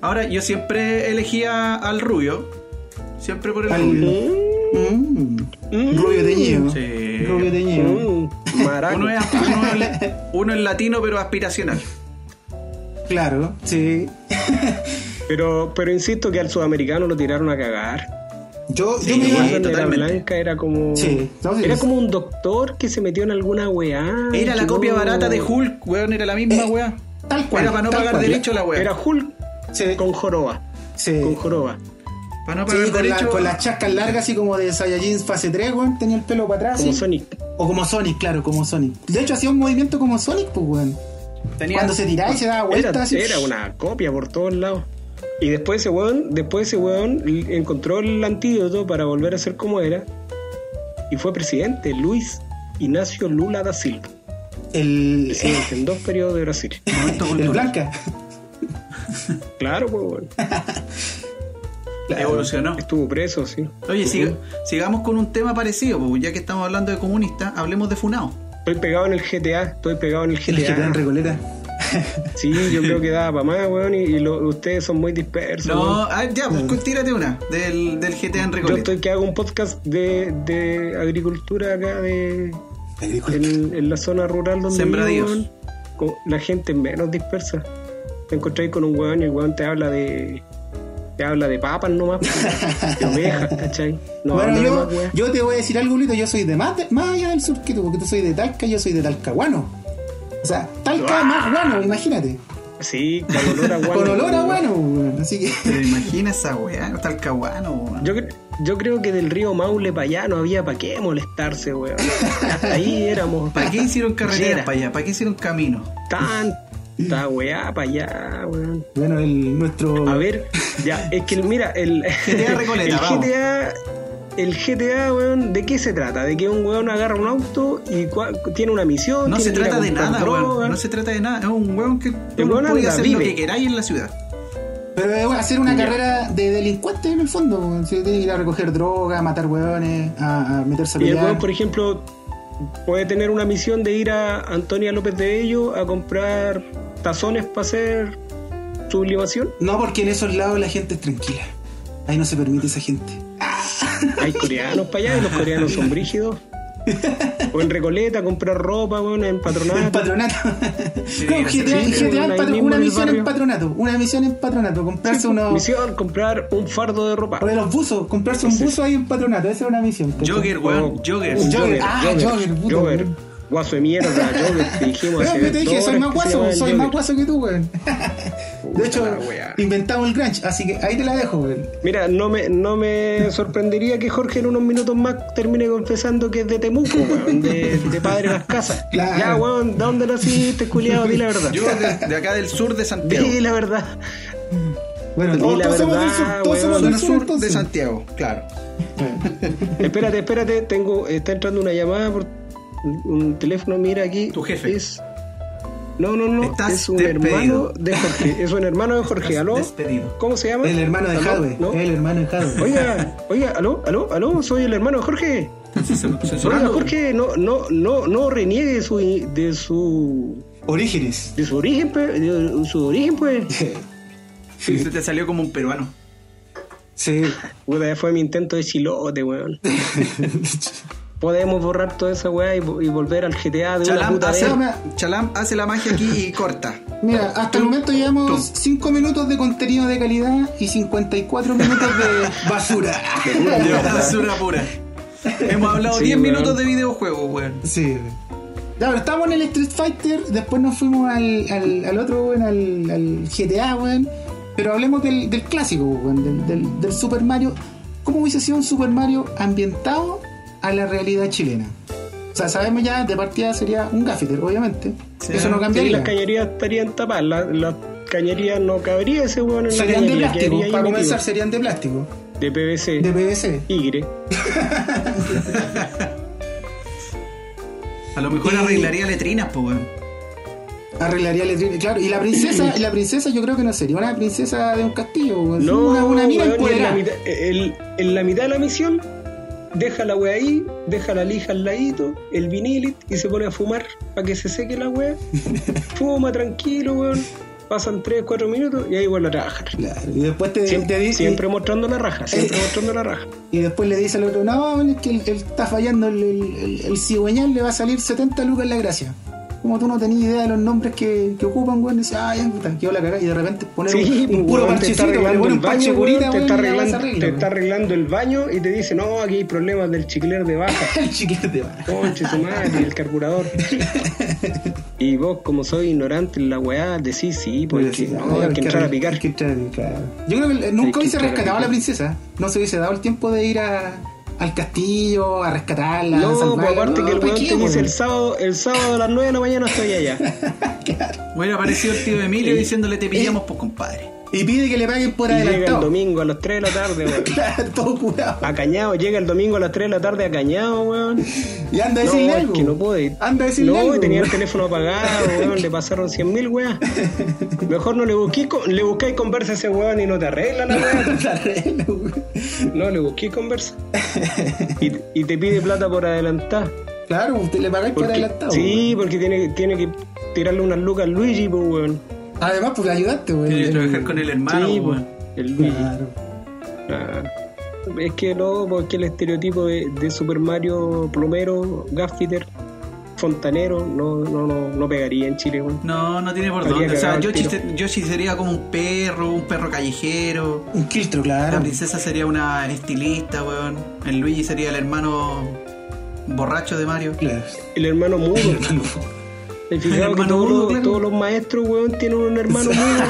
Speaker 2: Ahora, yo siempre elegía al rubio. Siempre por el
Speaker 4: Al-
Speaker 2: rubio.
Speaker 4: Mm.
Speaker 3: Mm.
Speaker 4: Rubio teñido.
Speaker 2: Sí.
Speaker 4: Rubio teñido.
Speaker 3: Mm, maraco.
Speaker 2: Uno es, uno es- uno es latino, pero aspiracional.
Speaker 4: Claro, sí.
Speaker 3: Pero, pero insisto que al sudamericano lo tiraron a cagar.
Speaker 4: Yo,
Speaker 2: Sí,
Speaker 4: yo me
Speaker 2: igual.
Speaker 3: Esa era
Speaker 2: totalmente.
Speaker 3: blanca, era como.
Speaker 4: Sí, no, sí,
Speaker 3: era
Speaker 4: sí.
Speaker 3: como un doctor que se metió en alguna weá.
Speaker 2: Era la
Speaker 3: que
Speaker 2: copia
Speaker 3: no-
Speaker 2: barata de Hulk, weón, era la misma
Speaker 4: Eh,
Speaker 2: weá.
Speaker 4: Tal cual.
Speaker 2: Era para no
Speaker 4: tal
Speaker 2: pagar
Speaker 4: cual.
Speaker 2: derecho la weá.
Speaker 3: Era Hulk
Speaker 4: Sí,
Speaker 3: con joroba.
Speaker 4: sí.
Speaker 3: Con joroba.
Speaker 2: Para no
Speaker 4: Sí,
Speaker 2: pagar
Speaker 4: con, la-
Speaker 2: derecho.
Speaker 4: con las chascas largas, así como de Saiyajin fase 3, weón. Tenía el pelo para
Speaker 2: Ah,
Speaker 4: atrás.
Speaker 3: Como
Speaker 4: sí.
Speaker 3: Sonic.
Speaker 4: O como Sonic, claro, como Sonic. De hecho, hacía un movimiento como Sonic, pues, weón.
Speaker 2: tenía-
Speaker 4: Cuando se tiraba y se daba vuelta,
Speaker 3: Era,
Speaker 4: así.
Speaker 3: era una copia por todos lados. Y después ese weón, después ese weón l- encontró el antídoto para volver a ser como era. Y fue presidente, Luis Ignacio Lula da Silva.
Speaker 4: El,
Speaker 3: Presidente en dos periodos de Brasil.
Speaker 2: Momento
Speaker 4: el
Speaker 2: cultural.
Speaker 4: Blanca.
Speaker 3: Claro, pues, weón.
Speaker 2: Evolucionó.
Speaker 3: Estuvo preso, sí.
Speaker 2: Oye, siga- sigamos con un tema parecido, pues, ya que estamos hablando de comunistas, hablemos de Funao.
Speaker 3: Estoy pegado en el GTA, estoy pegado en el
Speaker 4: El que te dan
Speaker 3: GTA.
Speaker 4: Recoleta.
Speaker 3: Sí, yo creo que daba para más, weón, y, y lo- ustedes son muy dispersos.
Speaker 2: No,
Speaker 3: weón. Mm.
Speaker 2: a ver, ya, pues, cu- tírate una del, del GTA en
Speaker 3: Yo
Speaker 2: Recoleta.
Speaker 3: estoy que hago un podcast de, de agricultura acá de, en, en la zona rural donde
Speaker 2: Sembradíos.
Speaker 3: vivo, weón, con la gente menos dispersa. Te encontráis con un weón y el weón te habla de. Te habla de papas nomás, pues, de ovejas, ¿cachai? No pues.
Speaker 4: bueno,
Speaker 3: habla de
Speaker 4: yo,
Speaker 3: más, weón.
Speaker 4: yo te voy a decir algo, Lito. Yo soy de más, de- más allá del sur que tú, porque tú soy de Talca, yo soy de Talcahuano. O sea,
Speaker 3: Ah.
Speaker 4: Talca más guano, imagínate.
Speaker 3: Sí, con olor a guano.
Speaker 4: Con olor a guano, weón. Así que.
Speaker 2: ¿Te imaginas esa weá? Talcahuano, weón.
Speaker 3: Yo, cre- yo creo que del río Maule para allá no había para qué molestarse, weón. Hasta ahí éramos
Speaker 2: ¿Para qué hicieron carreteras
Speaker 3: Llera.
Speaker 2: para allá? ¿Para qué hicieron caminos?
Speaker 3: tanta weá para allá, weón.
Speaker 4: Bueno, el, nuestro.
Speaker 3: A ver, ya, es que el- mira, el,
Speaker 2: GTA Recoleta,
Speaker 3: el
Speaker 2: vamos.
Speaker 3: GTA, el GTA, weón, ¿de qué se trata? De que un weón agarra un auto y cua- tiene una misión.
Speaker 2: No
Speaker 3: tiene
Speaker 2: se
Speaker 3: que ir a
Speaker 2: trata de
Speaker 3: comprar
Speaker 2: nada,
Speaker 3: droga.
Speaker 2: weón. No se trata de nada. Es un weón que tú
Speaker 3: weón
Speaker 2: podías
Speaker 3: anda,
Speaker 2: hacer lo
Speaker 3: vive.
Speaker 2: que queráis en la ciudad.
Speaker 4: Pero es hacer una carrera de delincuente en el fondo, weón. Sí, de ir a recoger droga, a matar hueones, a, a meterse a
Speaker 3: Y el
Speaker 4: pelear.
Speaker 3: weón, por ejemplo, puede tener una misión de ir a Antonia López de Bello a comprar tazones para hacer sublimación.
Speaker 4: No, porque en esos lados la gente es tranquila. Ahí no se permite esa gente.
Speaker 3: Hay coreanos para allá y los coreanos son brígidos. O en Recoleta a comprar ropa, weón, en
Speaker 4: En
Speaker 3: patronato.
Speaker 4: patronato. Claro,
Speaker 2: sí,
Speaker 4: GTA,
Speaker 3: sí,
Speaker 4: GTA,
Speaker 3: ahí
Speaker 4: patro-
Speaker 3: mismo
Speaker 4: una
Speaker 3: en el
Speaker 4: misión en
Speaker 3: barrio.
Speaker 4: patronato. Una misión en patronato. Comprarse unos.
Speaker 3: Misión, comprar un fardo de ropa.
Speaker 4: O de los buzos. Comprarse un buzo ahí en patronato. Esa era una misión. pues, ¿cachai?
Speaker 2: Jogger, weón.
Speaker 3: O-
Speaker 2: Jogger.
Speaker 3: un
Speaker 4: Jogger. Ah, Jogger, puta,
Speaker 3: Jogger.
Speaker 4: weón.
Speaker 3: Guaso de mierda, Jogger, te dijimos
Speaker 4: Pero
Speaker 3: hace
Speaker 4: yo te dije,
Speaker 3: dos
Speaker 4: soy
Speaker 3: horas
Speaker 4: más
Speaker 3: que se
Speaker 4: guaso,
Speaker 3: llama el
Speaker 4: soy más
Speaker 3: Jogger.
Speaker 4: guaso que tú, weón. De
Speaker 3: Puta
Speaker 4: hecho,
Speaker 3: la wea.
Speaker 4: inventamos el grunge, así que ahí te la dejo, weón.
Speaker 3: Mira, no me, no me sorprendería que Jorge en unos minutos más termine confesando que es de Temuco, weón, de, de Padre Las Casas.
Speaker 4: Claro.
Speaker 3: Ya, weón, ¿de dónde naciste, culiado? Di la verdad.
Speaker 2: Yo de, de acá del sur de Santiago.
Speaker 3: Di la verdad.
Speaker 4: Bueno,
Speaker 3: Di
Speaker 4: todos,
Speaker 3: la
Speaker 4: todos somos del
Speaker 3: verdad,
Speaker 4: sur, todos
Speaker 3: weón.
Speaker 4: somos
Speaker 2: Zona
Speaker 4: del sur,
Speaker 2: sur de
Speaker 4: entonces.
Speaker 2: Santiago, claro.
Speaker 3: Espérate, espérate, tengo, está entrando una llamada por un teléfono, mira aquí.
Speaker 2: Tu jefe.
Speaker 3: Es- no, no, no,
Speaker 2: Estás
Speaker 3: es un
Speaker 2: despedido.
Speaker 3: hermano de Jorge, es un hermano de Jorge,
Speaker 2: Estás
Speaker 3: ¿aló?
Speaker 2: despedido.
Speaker 3: ¿Cómo se llama?
Speaker 4: El hermano de
Speaker 3: ¿Aló?
Speaker 4: Jadwe.
Speaker 3: ¿No?
Speaker 4: El hermano de Jadwe.
Speaker 3: Oiga, oiga, aló, aló, aló, soy el hermano de Jorge. Oiga,
Speaker 2: Censurando.
Speaker 3: Jorge, no, no, no, no reniegue de su, de su,
Speaker 4: Orígenes.
Speaker 3: de su origen, pe- de su origen, pues.
Speaker 2: Sí, se te salió como un peruano.
Speaker 4: Sí.
Speaker 3: Puta, ya fue mi intento de chilote, weón. Podemos borrar toda esa weá y, vo- y volver al GTA de una
Speaker 2: Chalam
Speaker 3: puta eh.
Speaker 2: hace,
Speaker 3: vez.
Speaker 4: vez.
Speaker 2: Chalam hace la magia aquí y corta.
Speaker 4: Mira, hasta el momento llevamos 5 minutos de contenido de calidad y 54 minutos de basura.
Speaker 2: basura pura. Hemos hablado
Speaker 3: Sí,
Speaker 2: 10
Speaker 3: weón.
Speaker 2: minutos de videojuegos, weón.
Speaker 4: Sí. Ya, pero estábamos en el Street Fighter, después nos fuimos al, al, al otro, weón, al, al GTA, weón. Pero hablemos del, del clásico, weón, del, del- del Super Mario. ¿Cómo hubiese sido un Super Mario ambientado a la realidad chilena? O sea, sabemos ya, de partida sería un gaffeter, obviamente.
Speaker 2: Sí,
Speaker 4: Eso no
Speaker 3: Sí,
Speaker 4: cambiaría.
Speaker 3: las cañerías estarían tapadas, la- las cañerías no cabría ese weón en la
Speaker 4: serían de
Speaker 3: cañería,
Speaker 4: plástico,
Speaker 3: quedaría ahí
Speaker 4: para
Speaker 3: metido.
Speaker 4: comenzar, serían de plástico,
Speaker 3: De PVC,
Speaker 4: de PVC.
Speaker 3: tigre.
Speaker 2: A lo mejor
Speaker 4: Y-
Speaker 2: arreglaría letrinas, po, weón.
Speaker 4: Arreglaría letrina, claro. Y la princesa, y la princesa yo creo que no sería una princesa de un castillo, weón.
Speaker 3: No,
Speaker 4: una, una
Speaker 3: weón, y
Speaker 4: mina
Speaker 3: en, la
Speaker 4: empoderada.
Speaker 3: mitad, el- en la mitad de la misión, deja la weá ahí, deja la lija al ladito, el vinilit y se pone a fumar para que se seque la weá. Fuma tranquilo, weón. Pasan 3, 4 minutos y ahí vuelve a trabajar.
Speaker 4: Claro, y después te,
Speaker 3: Siempre,
Speaker 4: te di-
Speaker 3: siempre mostrando la raja, siempre mostrando la raja.
Speaker 4: Y después le dice al otro, no, es que él, él está fallando, el, el, el- el cigüeñal le va a salir 70 lucas la gracia. Como tú no tenías idea de los nombres que, que ocupan, weón, dice, ah, ya, puta, quedó la cagada. Y de repente poner
Speaker 3: Sí, pues,
Speaker 4: un, un puro
Speaker 3: weón, te está
Speaker 4: parchecito, le
Speaker 3: arreglando
Speaker 4: pone
Speaker 3: el
Speaker 4: un parche
Speaker 3: baño,
Speaker 4: curita,
Speaker 3: weón, te
Speaker 4: weón,
Speaker 3: está
Speaker 4: y la weá se
Speaker 3: arreglando-
Speaker 4: arregla,
Speaker 3: te está
Speaker 4: weón.
Speaker 3: arreglando el baño y te dice, no, aquí hay problemas del chicler de baja.
Speaker 4: El chiquete, weón.
Speaker 3: Conche su madre, el carburador. Y vos, como soy ignorante en la weá, decís Pues sí, porque
Speaker 4: Pobrecita,
Speaker 3: no, hay que entrar a
Speaker 4: arreglar-
Speaker 3: picar.
Speaker 4: hay que entrar a picar. Yo creo que eh,
Speaker 3: Hay que
Speaker 4: nunca hubiese
Speaker 3: entrar a
Speaker 4: rescatado a la
Speaker 3: picar.
Speaker 4: princesa. No se hubiese dado el tiempo de ir a- al castillo, a rescatarla, a
Speaker 3: No,
Speaker 4: salvarla.
Speaker 3: pues aparte
Speaker 4: No,
Speaker 3: que el
Speaker 4: ¿para
Speaker 3: weón
Speaker 4: qué,
Speaker 3: te dice
Speaker 4: weón?
Speaker 3: el sábado, el sábado a las 9 de la mañana estoy allá. Eh.
Speaker 2: Hubiera aparecido el tío Emilio diciéndole te pillamos, pues compadre.
Speaker 4: Y pide que le paguen por
Speaker 3: Y llega el
Speaker 4: adelantado.
Speaker 3: domingo a las 3 de la tarde, weón.
Speaker 4: Claro, todo curado.
Speaker 3: Acañado, llega el domingo a las 3 de la tarde acañado, weón.
Speaker 4: Y anda a
Speaker 3: No,
Speaker 4: decirle
Speaker 3: es
Speaker 4: algo.
Speaker 3: que no puede.
Speaker 4: Anda a decirle
Speaker 3: No,
Speaker 4: algo.
Speaker 3: tenía el teléfono apagado, weón, le pasaron 100 mil, weón. Mejor no le busqué, le buscáis conversa a ese weón y no te arregla la weón.
Speaker 4: La regla, weón.
Speaker 3: No, le busqué conversa. Y, y te pide plata por adelantado.
Speaker 4: Claro, usted le pagáis por
Speaker 3: Porque-
Speaker 4: adelantado.
Speaker 3: sí, porque tiene, tiene que tirarle unas lucas al Luigi, pues, weón.
Speaker 4: weón. Además, porque ayudaste, weón.
Speaker 2: Tiene que trabajar con el
Speaker 4: Ah,
Speaker 2: hermano,
Speaker 3: sí, pues,
Speaker 2: weón.
Speaker 3: el Luigi.
Speaker 4: Claro.
Speaker 3: Claro. Es que no, porque el estereotipo de, de Super Mario plomero, gaffiter, fontanero, no, no, no, no pegaría en Chile, weón.
Speaker 2: No, no tiene por
Speaker 3: Habría
Speaker 2: dónde. O sea,
Speaker 3: cagado el
Speaker 2: Yoshi,
Speaker 3: tiro.
Speaker 2: se- Yoshi sería como un perro, un perro callejero.
Speaker 4: Un quiltro,
Speaker 2: La
Speaker 3: Ah.
Speaker 4: claro.
Speaker 2: princesa sería una estilista, weón. El Luigi sería el hermano borracho de Mario.
Speaker 4: Claro.
Speaker 3: El hermano mudo. ¿Te has fijado que
Speaker 2: hermano
Speaker 3: todos,
Speaker 2: mudo,
Speaker 3: los,
Speaker 2: claro.
Speaker 3: todos los maestros, weón, tienen un hermano mudo?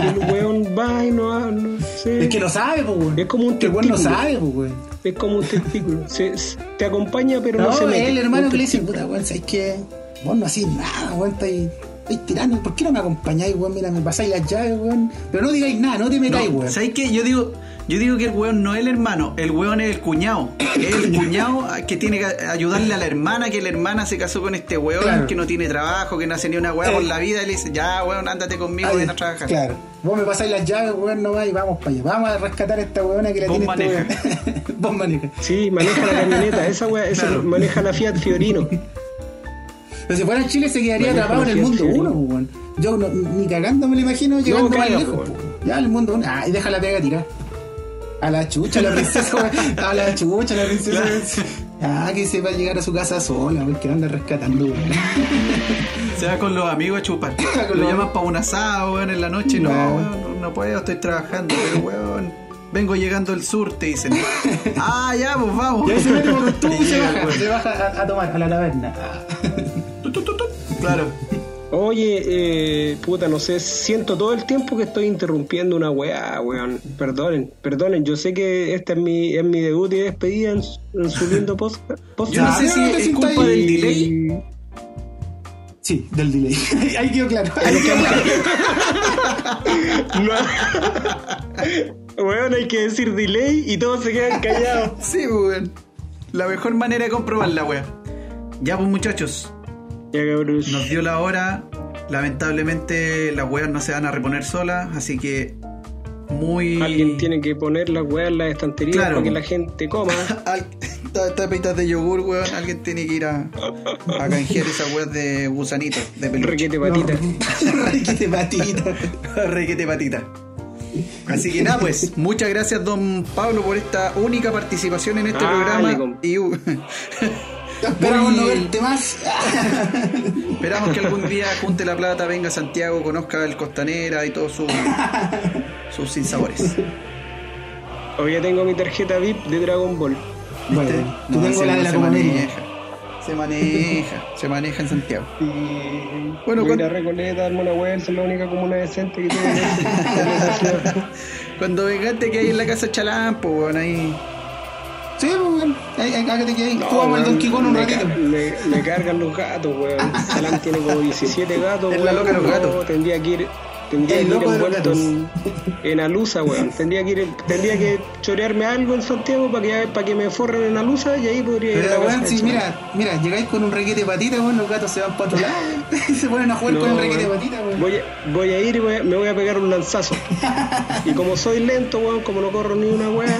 Speaker 3: Y el weón va y no, ha- no sé.
Speaker 4: Es que no sabe, pues, weón.
Speaker 3: Es como un
Speaker 4: Este weón no
Speaker 3: testículo.
Speaker 4: sabe, pues, weón.
Speaker 3: Es como un testículo. Se- se- te acompaña, pero no,
Speaker 4: No,
Speaker 3: se
Speaker 4: es
Speaker 3: mete.
Speaker 4: el hermano
Speaker 3: Un
Speaker 4: que le dice, puta, weón, ¿sabes qué? Vos no hacís nada, weón, estáis estáis tirando. ¿Por qué no me acompañáis, weón? Mira, me pasáis las llaves, weón. Pero no digáis nada, no te
Speaker 2: No,
Speaker 4: metáis, weón.
Speaker 2: ¿Sabes qué? Yo digo, yo digo que el weón no es el hermano, el weón es el cuñado. Es el cuñado que tiene que ayudarle a la hermana, que la hermana se casó con este weón,
Speaker 4: Claro. Eh.
Speaker 2: que no tiene trabajo, que no hace ni una weá por la vida, y le dice, ya weón, ándate conmigo,
Speaker 4: Ay,
Speaker 2: ven a trabajar.
Speaker 4: Claro. Vos me pasáis las llaves, weón, nomás y vamos para allá. Vamos a rescatar a esta weona que la
Speaker 2: Vos
Speaker 4: tiene
Speaker 2: maneja.
Speaker 4: este weón. Vos maneja.
Speaker 3: Sí, maneja la camioneta, esa weá, esa
Speaker 2: Claro.
Speaker 3: maneja la Fiat Fiorino.
Speaker 4: Pero si fuera en Chile se quedaría
Speaker 3: Maneja
Speaker 4: atrapado en
Speaker 3: la
Speaker 4: el
Speaker 3: fiesta,
Speaker 4: mundo
Speaker 3: sí.
Speaker 4: uno, pues, weón. Yo no- ni cagando me lo imagino llegando más
Speaker 3: caga,
Speaker 4: lejos.
Speaker 3: pues,
Speaker 4: pues, weón. Ya el mundo uno. Ah, y deja la pega tirada. A la chucha la princesa, weón. A la chucha la princesa. weón. Ah, que se va a llegar a su casa sola, weón, que la anda rescatando, weón.
Speaker 2: Se va con los amigos a chupar.
Speaker 4: con
Speaker 2: Lo
Speaker 4: los
Speaker 2: llaman para un asado, weón, en la noche. No,
Speaker 4: No.
Speaker 2: weón, no puedo, estoy trabajando, pero weón. Vengo llegando del sur, te dicen. Ah, ya, pues vamos.
Speaker 4: Y ahí se mete por los tubos y se
Speaker 2: llega,
Speaker 4: baja,
Speaker 2: weón.
Speaker 4: se baja a, a tomar, a la taberna. Ah.
Speaker 2: Tu, tu, tu, tu. Claro.
Speaker 3: Oye, eh, puta, no sé, siento todo el tiempo que estoy interrumpiendo una weá, weón. Perdonen, perdonen, yo sé que este es mi, es mi debut y despedida en, su- en su lindo post- podcast.
Speaker 2: Yo no sé si
Speaker 4: no te
Speaker 2: es
Speaker 4: sientas
Speaker 2: culpa del
Speaker 4: ahí.
Speaker 2: delay.
Speaker 4: Sí, del delay. Ahí quedó claro. Ahí quedó claro.
Speaker 3: No. Weón, hay que decir delay y todos se quedan callados.
Speaker 2: Sí, weón. La mejor manera de comprobar la weá. Ya, pues muchachos,
Speaker 3: Ya, cabrón.
Speaker 2: nos dio la hora. Lamentablemente las weas no se van a reponer solas, así que muy...
Speaker 3: Alguien tiene que poner las weas en las estanterías
Speaker 2: Claro.
Speaker 3: para que la gente coma.
Speaker 2: Al- ta- Tapitas de yogur, weón. Alguien tiene que ir a, a canjear esas weas de gusanitos, de peluche.
Speaker 3: Requete patita.
Speaker 4: Ay, que te patita.
Speaker 2: Requete patita. Así que nada, pues, muchas gracias, don Pablo, por esta única participación en este
Speaker 3: Ah,
Speaker 2: programa.
Speaker 3: le com-
Speaker 2: Y uh, u-
Speaker 4: Ya Esperamos
Speaker 2: Muy-
Speaker 4: no verte más. Ah.
Speaker 2: esperamos que algún día junte la plata, venga a Santiago, conozca el Costanera y todos sus sus sinsabores.
Speaker 3: Hoy ya tengo mi tarjeta VIP de Dragon Ball.
Speaker 4: Bueno,
Speaker 2: ¿Viste?
Speaker 4: yo
Speaker 2: No,
Speaker 4: tengo
Speaker 2: se-
Speaker 4: la de la
Speaker 2: se
Speaker 4: Copa América.
Speaker 2: maneja, Se maneja, se maneja en Santiago. Bueno,
Speaker 3: Bueno,
Speaker 2: cuan-
Speaker 3: voy a ir a Recoleta, darme una vuelta, es la única comuna decente que tiene. en esta- en esta ciudad.
Speaker 2: Cuando vengaste que hay en la casa Chalán, pues bueno, ahí.
Speaker 4: Sí, pues, weón. Ahí- ahí- Acá te quedas.
Speaker 3: No,
Speaker 4: Jugamos al
Speaker 3: weón,
Speaker 4: Donkey Kong un
Speaker 3: me
Speaker 4: ratito.
Speaker 3: ca- Me, me cargan los gatos, weón. Salán tiene como 17 gatos.
Speaker 2: Es la
Speaker 3: weón.
Speaker 2: loca de los
Speaker 3: No,
Speaker 2: gatos.
Speaker 3: Tendría que ir. Tendría
Speaker 4: El
Speaker 3: que ir
Speaker 4: loco de los
Speaker 3: envuelto en, en alusa, weón. Tendría que, ir, tendría que chorearme algo en Santiago para que, para que me forren en alusa y ahí podría ir. a
Speaker 4: Pero,
Speaker 3: la
Speaker 4: weón,
Speaker 3: casa
Speaker 4: si
Speaker 3: de Chile.
Speaker 4: mira, mira, llegáis con un reguete de patita, weón, los gatos se van para otro lado. weón. se ponen a jugar
Speaker 3: No,
Speaker 4: con el reguete de
Speaker 3: weón.
Speaker 4: patita, weón.
Speaker 3: Voy a, voy a ir y voy a- me voy a pegar un lanzazo. Y como soy lento, weón, como no corro ni una weá,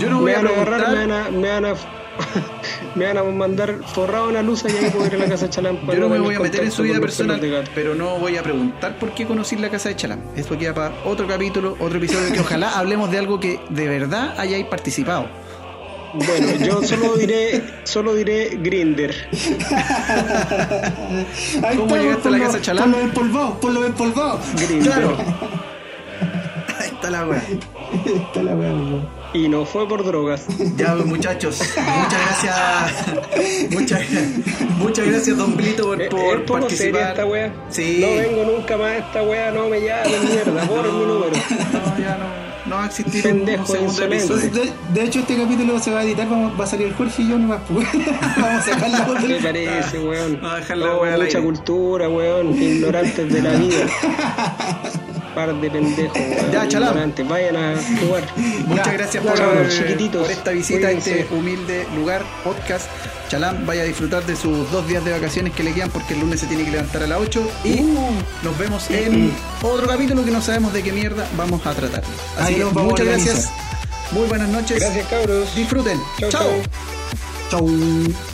Speaker 2: Yo no voy a
Speaker 3: me van a agarrar,
Speaker 2: preguntar.
Speaker 3: me van a, me van a, me van a mandar forrado una luz allá y puedo ir a la casa de Chalán. para
Speaker 2: Yo no me
Speaker 3: tener
Speaker 2: voy a meter en su
Speaker 3: contacto
Speaker 2: vida
Speaker 3: con los
Speaker 2: personal,
Speaker 3: perros de gato.
Speaker 2: pero no voy a preguntar por qué conocí la casa de Chalán. Esto queda para otro capítulo, otro episodio que ojalá hablemos de algo que de verdad hayáis participado.
Speaker 3: Bueno, yo solo diré, solo diré Grinder.
Speaker 4: Ahí
Speaker 2: ¿Cómo
Speaker 4: está, weón,
Speaker 2: llegaste a la
Speaker 4: ponlo-
Speaker 2: casa, chalán?
Speaker 4: Ponlo empolvado, ponlo empolvado.
Speaker 3: Grinder.
Speaker 2: Ahí está la weá.
Speaker 4: Está la weá, weón.
Speaker 3: Y no fue por drogas.
Speaker 2: Ya, pues, muchachos, muchas gracias. Muchas, muchas gracias, Don Blito, por,
Speaker 3: Es-
Speaker 2: por
Speaker 3: Eh, es poco seria
Speaker 2: participar.
Speaker 3: esta wea.
Speaker 2: Sí.
Speaker 3: No vengo nunca más a esta wea, no me llamen mierda, por mi número.
Speaker 2: No, ya no. No va a existir un- un
Speaker 3: Pendejo
Speaker 2: segundo
Speaker 3: insolente.
Speaker 2: episodio.
Speaker 4: Entonces, de, de hecho, este capítulo se va a editar, vamos- va a salir el Jorge y yo nomás, pues, weón. Vamos a sacar la voz
Speaker 3: ¿Qué
Speaker 4: del-
Speaker 3: parece, weón? Oh,
Speaker 2: Vamos a dejar la
Speaker 3: No,
Speaker 2: wea al
Speaker 3: mucha
Speaker 2: aire.
Speaker 3: cultura, weón. Ignorantes de la vida. par de pendejos.
Speaker 2: Ya,
Speaker 3: weón,
Speaker 2: chalán.
Speaker 3: ignorantes. Vayan a jugar.
Speaker 2: Muchas
Speaker 4: Ya,
Speaker 2: gracias
Speaker 3: ya,
Speaker 2: por,
Speaker 3: cabros, chiquititos.
Speaker 2: por esta visita a este
Speaker 3: Cuídense.
Speaker 2: humilde lugar, podcast. Chalam vaya a disfrutar de sus dos días de vacaciones que le quedan porque el lunes se tiene que levantar a las 8 y
Speaker 4: Uh.
Speaker 2: nos vemos en otro capítulo que no sabemos de qué mierda vamos a tratar. Así
Speaker 4: Ahí
Speaker 2: que
Speaker 4: nos vamos a
Speaker 2: muchas
Speaker 4: organizar.
Speaker 2: gracias, muy buenas noches,
Speaker 3: Gracias, cabros.
Speaker 2: disfruten,
Speaker 3: Chau,
Speaker 2: chao.
Speaker 3: chau.
Speaker 4: Chau.